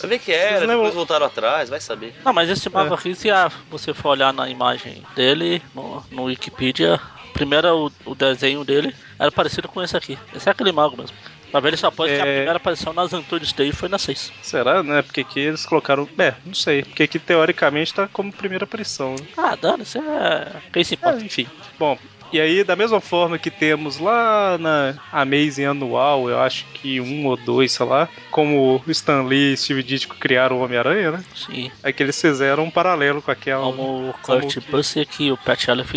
Vai ver que era,
Não.
depois voltaram atrás, vai saber.
Não, mas
É.
esse mapa aqui, se ah, você for olhar na imagem dele, no, no Wikipedia, primeiro o, o desenho dele era parecido com esse aqui. Esse é aquele mago mesmo. Pra ver, ele só pode que a
É.
primeira aparição nas Antunes Day foi na 6.
Será, né? Porque aqui eles colocaram. É, não sei. Porque aqui teoricamente tá como primeira aparição, né?
Ah, dane, isso é. Quem se
É,
importa?
enfim. Bom, e aí, da mesma forma que temos lá na Amazing Anual, eu acho que um ou dois, sei lá, como o Stan Lee e Steve Ditko criaram o Homem-Aranha, né?
Sim.
É que eles fizeram um paralelo com aquela.
Como o
como
Kurt
que-
Busiek e o Pat Elef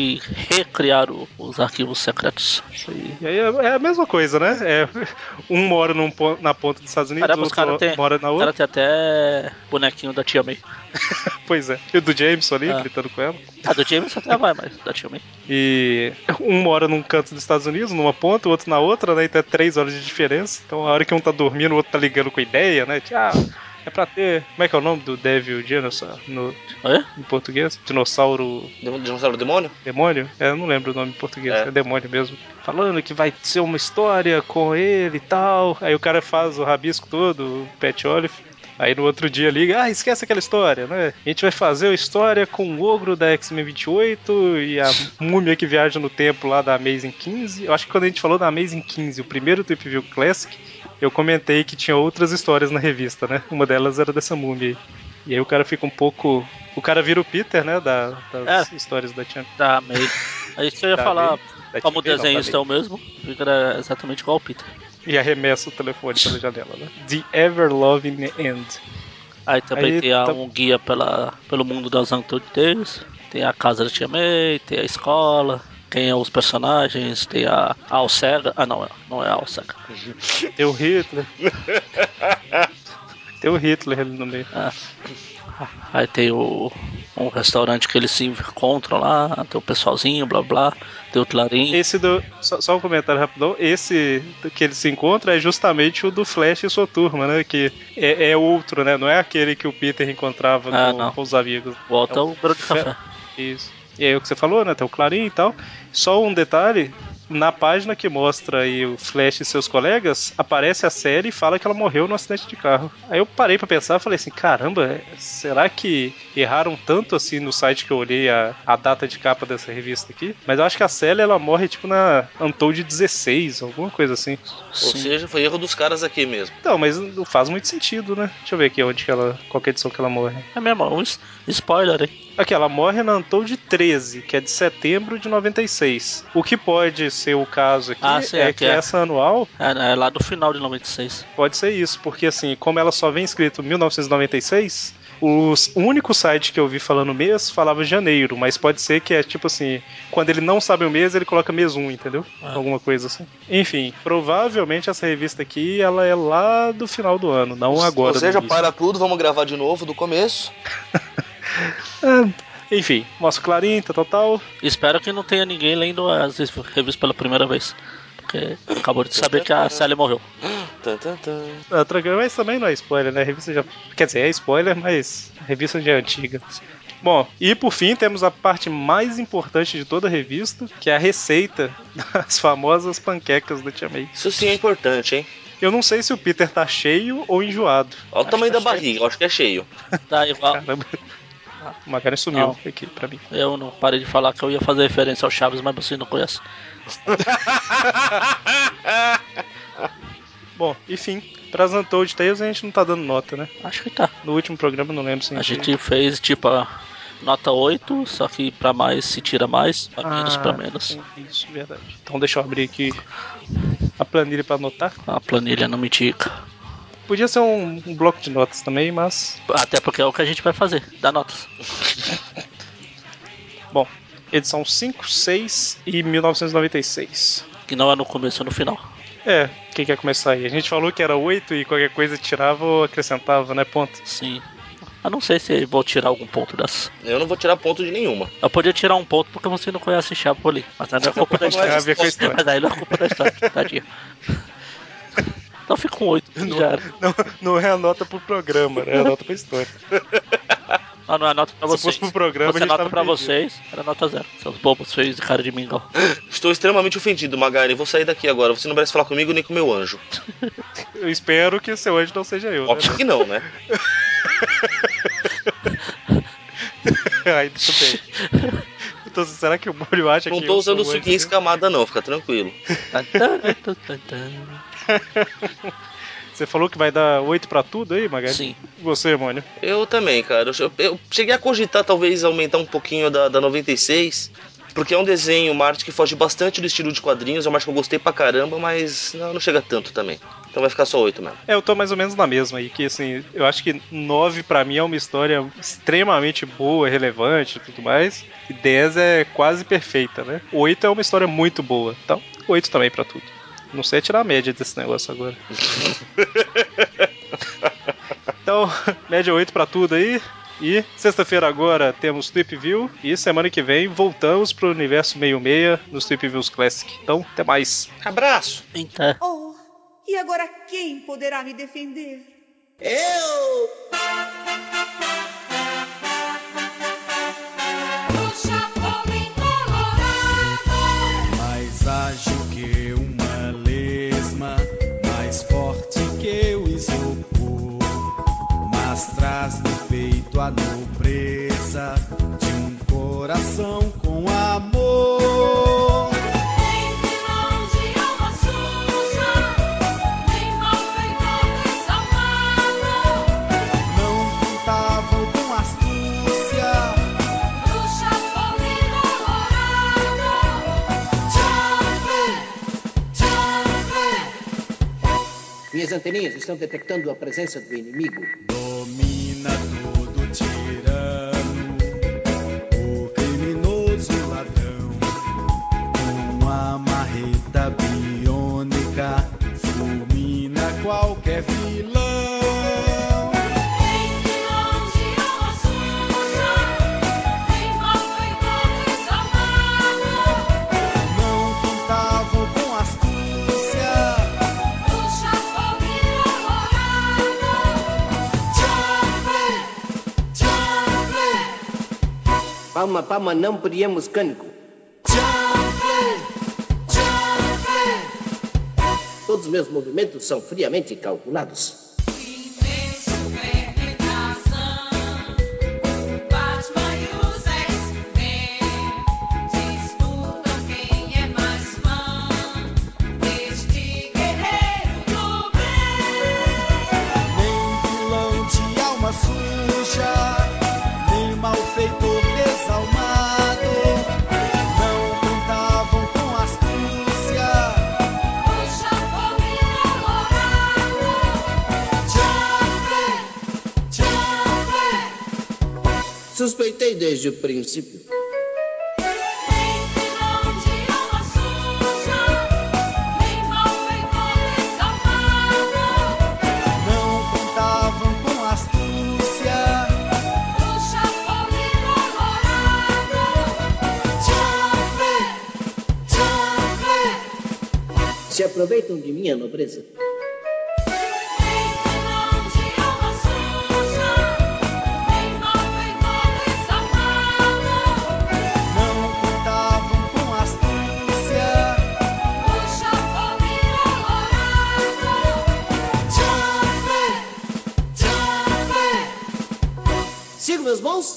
recriaram os arquivos secretos.
Isso aí. E aí é é a mesma coisa, né? É, um mora num pon- na ponta dos Estados Unidos, o
Caramba, os
outro
caras têm
mora na outra.
cara tem até bonequinho da Tia May.
Pois é. E o do Jameson ali,
Ah.
gritando com ela.
Ah, do James até vai, mas da Tia May.
E um mora num canto dos Estados Unidos, numa ponta, o outro na outra, né? Então é três horas de diferença. Então a hora que um tá dormindo, o outro tá ligando com ideia, né? Tipo, ah, é pra ter. Como é que é o nome do Devil Dinosaur no,
Olha,
em português? Dinossauro
Deu um Dinossauro demônio?
Demônio? É, eu não lembro o nome em português, é.
É.
demônio mesmo. Falando que vai ser uma história com ele e tal. Aí o cara faz o rabisco todo, o Pet Olive. Aí no outro dia liga, ah, esquece aquela história, né? A gente vai fazer a história com o ogro da X-Men 28 e a múmia que viaja no tempo lá da Amazing 15. Eu acho que quando a gente falou da Amazing 15, o primeiro Trip View Classic, eu comentei que tinha outras histórias na revista, né? Uma delas era dessa múmia aí. E aí o cara fica um pouco. O cara vira o Peter, né? Da, das histórias da Champions.
da May. É isso que eu ia
Da
falar.
Da
Como o
TV, não,
desenho
da
está o mesmo, fica exatamente igual ao Peter.
TV. E arremessa o telefone pela janela, né? The Ever Loving End.
Aí também
Aí
tem a-
tá-
um guia pela, pelo mundo das Antunes, tem a casa da Tia May, tem a escola, tem os personagens, tem a a Alcega. Ah, não, não é a Alcega.
Tem o Hitler. Tem o Hitler ali no meio.
é. Aí tem o um restaurante que eles se encontram lá, tem o pessoalzinho, blá blá, tem o Clarim.
Esse do. Só, só um comentário rapidão. Esse do que ele se encontra é justamente o do Flash e sua turma, né? Que é, é outro, né? Não é aquele que o Peter encontrava
Ah,
com,
não.
com os amigos.
Volta o
é
grão de
um fe-
café.
Isso. E aí o que você falou, né? Tem o Clarim e tal. Só um detalhe, na página que mostra aí o Flash e seus colegas, aparece a série e fala que ela morreu num acidente de carro. Aí eu parei pra pensar e falei assim, caramba, será que erraram tanto assim no site que eu olhei a, a data de capa dessa revista aqui? Mas eu acho que a Sally, ela morre tipo na Untold 16, alguma coisa assim.
Ou
Sim.
seja, foi erro dos caras aqui mesmo.
Então, mas não faz muito sentido, né? Deixa eu ver aqui onde que ela, qual que é a edição que ela morre.
É mesmo, um s- spoiler, hein?
Aqui, ela morre na Untold 13, que é de setembro de 96. O que pode ser o caso aqui
Ah, sim,
é
aqui
que
é.
essa anual
É, é lá do final de 96.
pode ser isso, porque assim, como ela só vem escrito 1996, os- o único site que eu vi falando mês falava janeiro, mas pode ser que é tipo assim, quando ele não sabe o mês, ele coloca mês 1, entendeu?
Ah.
Alguma coisa assim. Enfim, provavelmente essa revista aqui, ela é lá do final do ano, não agora.
Ou
do
seja,
início.
para tudo, vamos gravar de novo do começo.
Enfim, mostra o Clarim, tal, tal, tal.
Espero que não tenha ninguém lendo as revistas pela primeira vez. Porque acabou de saber que a Sally morreu.
Tan, tan, tan.
Ah, tranquilo, mas também não é spoiler, né? A revista já. Quer dizer, é spoiler, mas a revista já é antiga. Bom, e por fim temos a parte mais importante de toda a revista, que é a receita das famosas panquecas da Tia May.
Isso sim é importante, hein?
Eu não sei se o Peter tá cheio ou enjoado.
Olha o tamanho
que
da
tá
barriga, eu acho que é cheio.
Tá igual.
Caramba. O Magari sumiu aqui pra mim.
Eu não parei de falar que eu ia fazer referência ao Chaves, mas você não conhece.
Bom, enfim, para as Untold Tales a gente não tá dando nota, né?
Acho que tá.
No último programa eu não lembro se
A gente fez tipo a nota 8, só que pra mais se tira mais, pra menos pra menos.
sim, Isso, verdade. Então deixa eu abrir aqui a planilha para anotar.
A planilha não me indica.
Podia ser um, um bloco de notas também, mas.
Até porque é o que a gente vai fazer, dá notas.
Bom, edição 5, 6 e 1996.
Que não é no começo, é no final.
É, quem quer começar aí? A gente falou que era 8 e qualquer coisa tirava ou acrescentava, né? Ponto.
Sim. Eu não sei se vou tirar algum ponto dessa.
Eu não vou tirar ponto de nenhuma.
Eu podia tirar um ponto porque você não conhece Chapolin. Mas não é culpa da
Não tem
história.
a ver com a história.
Mas aí não é culpa da história, tadinho. então fica um 8.
Não,
Já era.
não, não é a nota pro programa, né? É a nota pra história.
Ah, não é nota pra
Se
vocês.
fosse pro programa,
Você
a gente
nota
tava
pra
perdido.
vocês, era nota zero. Seus bobos feios de cara de mingau.
Estou extremamente ofendido, Magari. Vou sair daqui agora. Você não merece falar comigo nem com meu anjo.
Eu espero que seu anjo não seja eu,
Óbvio que não, né?
né? Ai, tudo bem. Então, será que o Mônio acha
Não
que
tô
eu sou
usando o
anjo
suquinho
dele?
escamada, não. Fica tranquilo.
Você falou que vai dar 8 pra tudo aí, Magali?
Sim.
Você, Mônio?
Eu também, cara. Eu, eu cheguei a cogitar talvez aumentar um pouquinho da, da 96, porque é um desenho, uma arte que foge bastante do estilo de quadrinhos, é uma arte que eu gostei pra caramba, mas não, não chega tanto também. Então vai ficar só oito mesmo.
É, eu tô mais ou menos na mesma aí, que assim, eu acho que 9 pra mim é uma história extremamente boa, relevante e tudo mais, e 10 é quase perfeita, né? 8 é uma história muito boa, então 8 também pra tudo. Não sei tirar a média desse negócio agora. então, média 8 pra tudo aí. E sexta-feira agora temos Trip View e semana que vem voltamos pro universo 66 nos Trip Views Classic. Então, até mais.
Abraço!
Então.
Oh, e agora quem poderá me defender?
Puxa pobre colorado,
Mais ágil que uma lesma, mais forte que o isopor. Mas traz no peito a nobreza de um coração com amor.
nem vilão de alma suja, nem malfeitor desalmado.
Não contavam com astúcia,
Puxa pobre colorado,
Minhas anteninhas estão detectando a presença do inimigo.
domina todo tirano, o criminoso ladrão. Com a marreta biônica, fulmina qualquer vilão.
nem vilão de alma suja, nem malfeitor desalmado.
Não contavam com astúcia,
Puxa pobre colorado,
Palma, palma, não priemos cânico. Todos meus movimentos são friamente calculados.
Imenso verme da ação, Batman e os X-Men disputam quem é mais fã deste guerreiro do bem.
nem vilão de alma suja, nem malfeitor desalmado. Não contavam com astúcia,
Puxa fogo colorado,
Suspeitei desde o princípio.
nem vilão de alma suja, nem malfeitor desalmado.
não contavam com astúcia,
Puxa fogo colorado,
Se aproveitam de minha nobreza.
Nem vilão de alma suja, nem malfeitor desalmado.
não contavam com astúcia,
Puxa fogo colorado.
Sigo meus bons?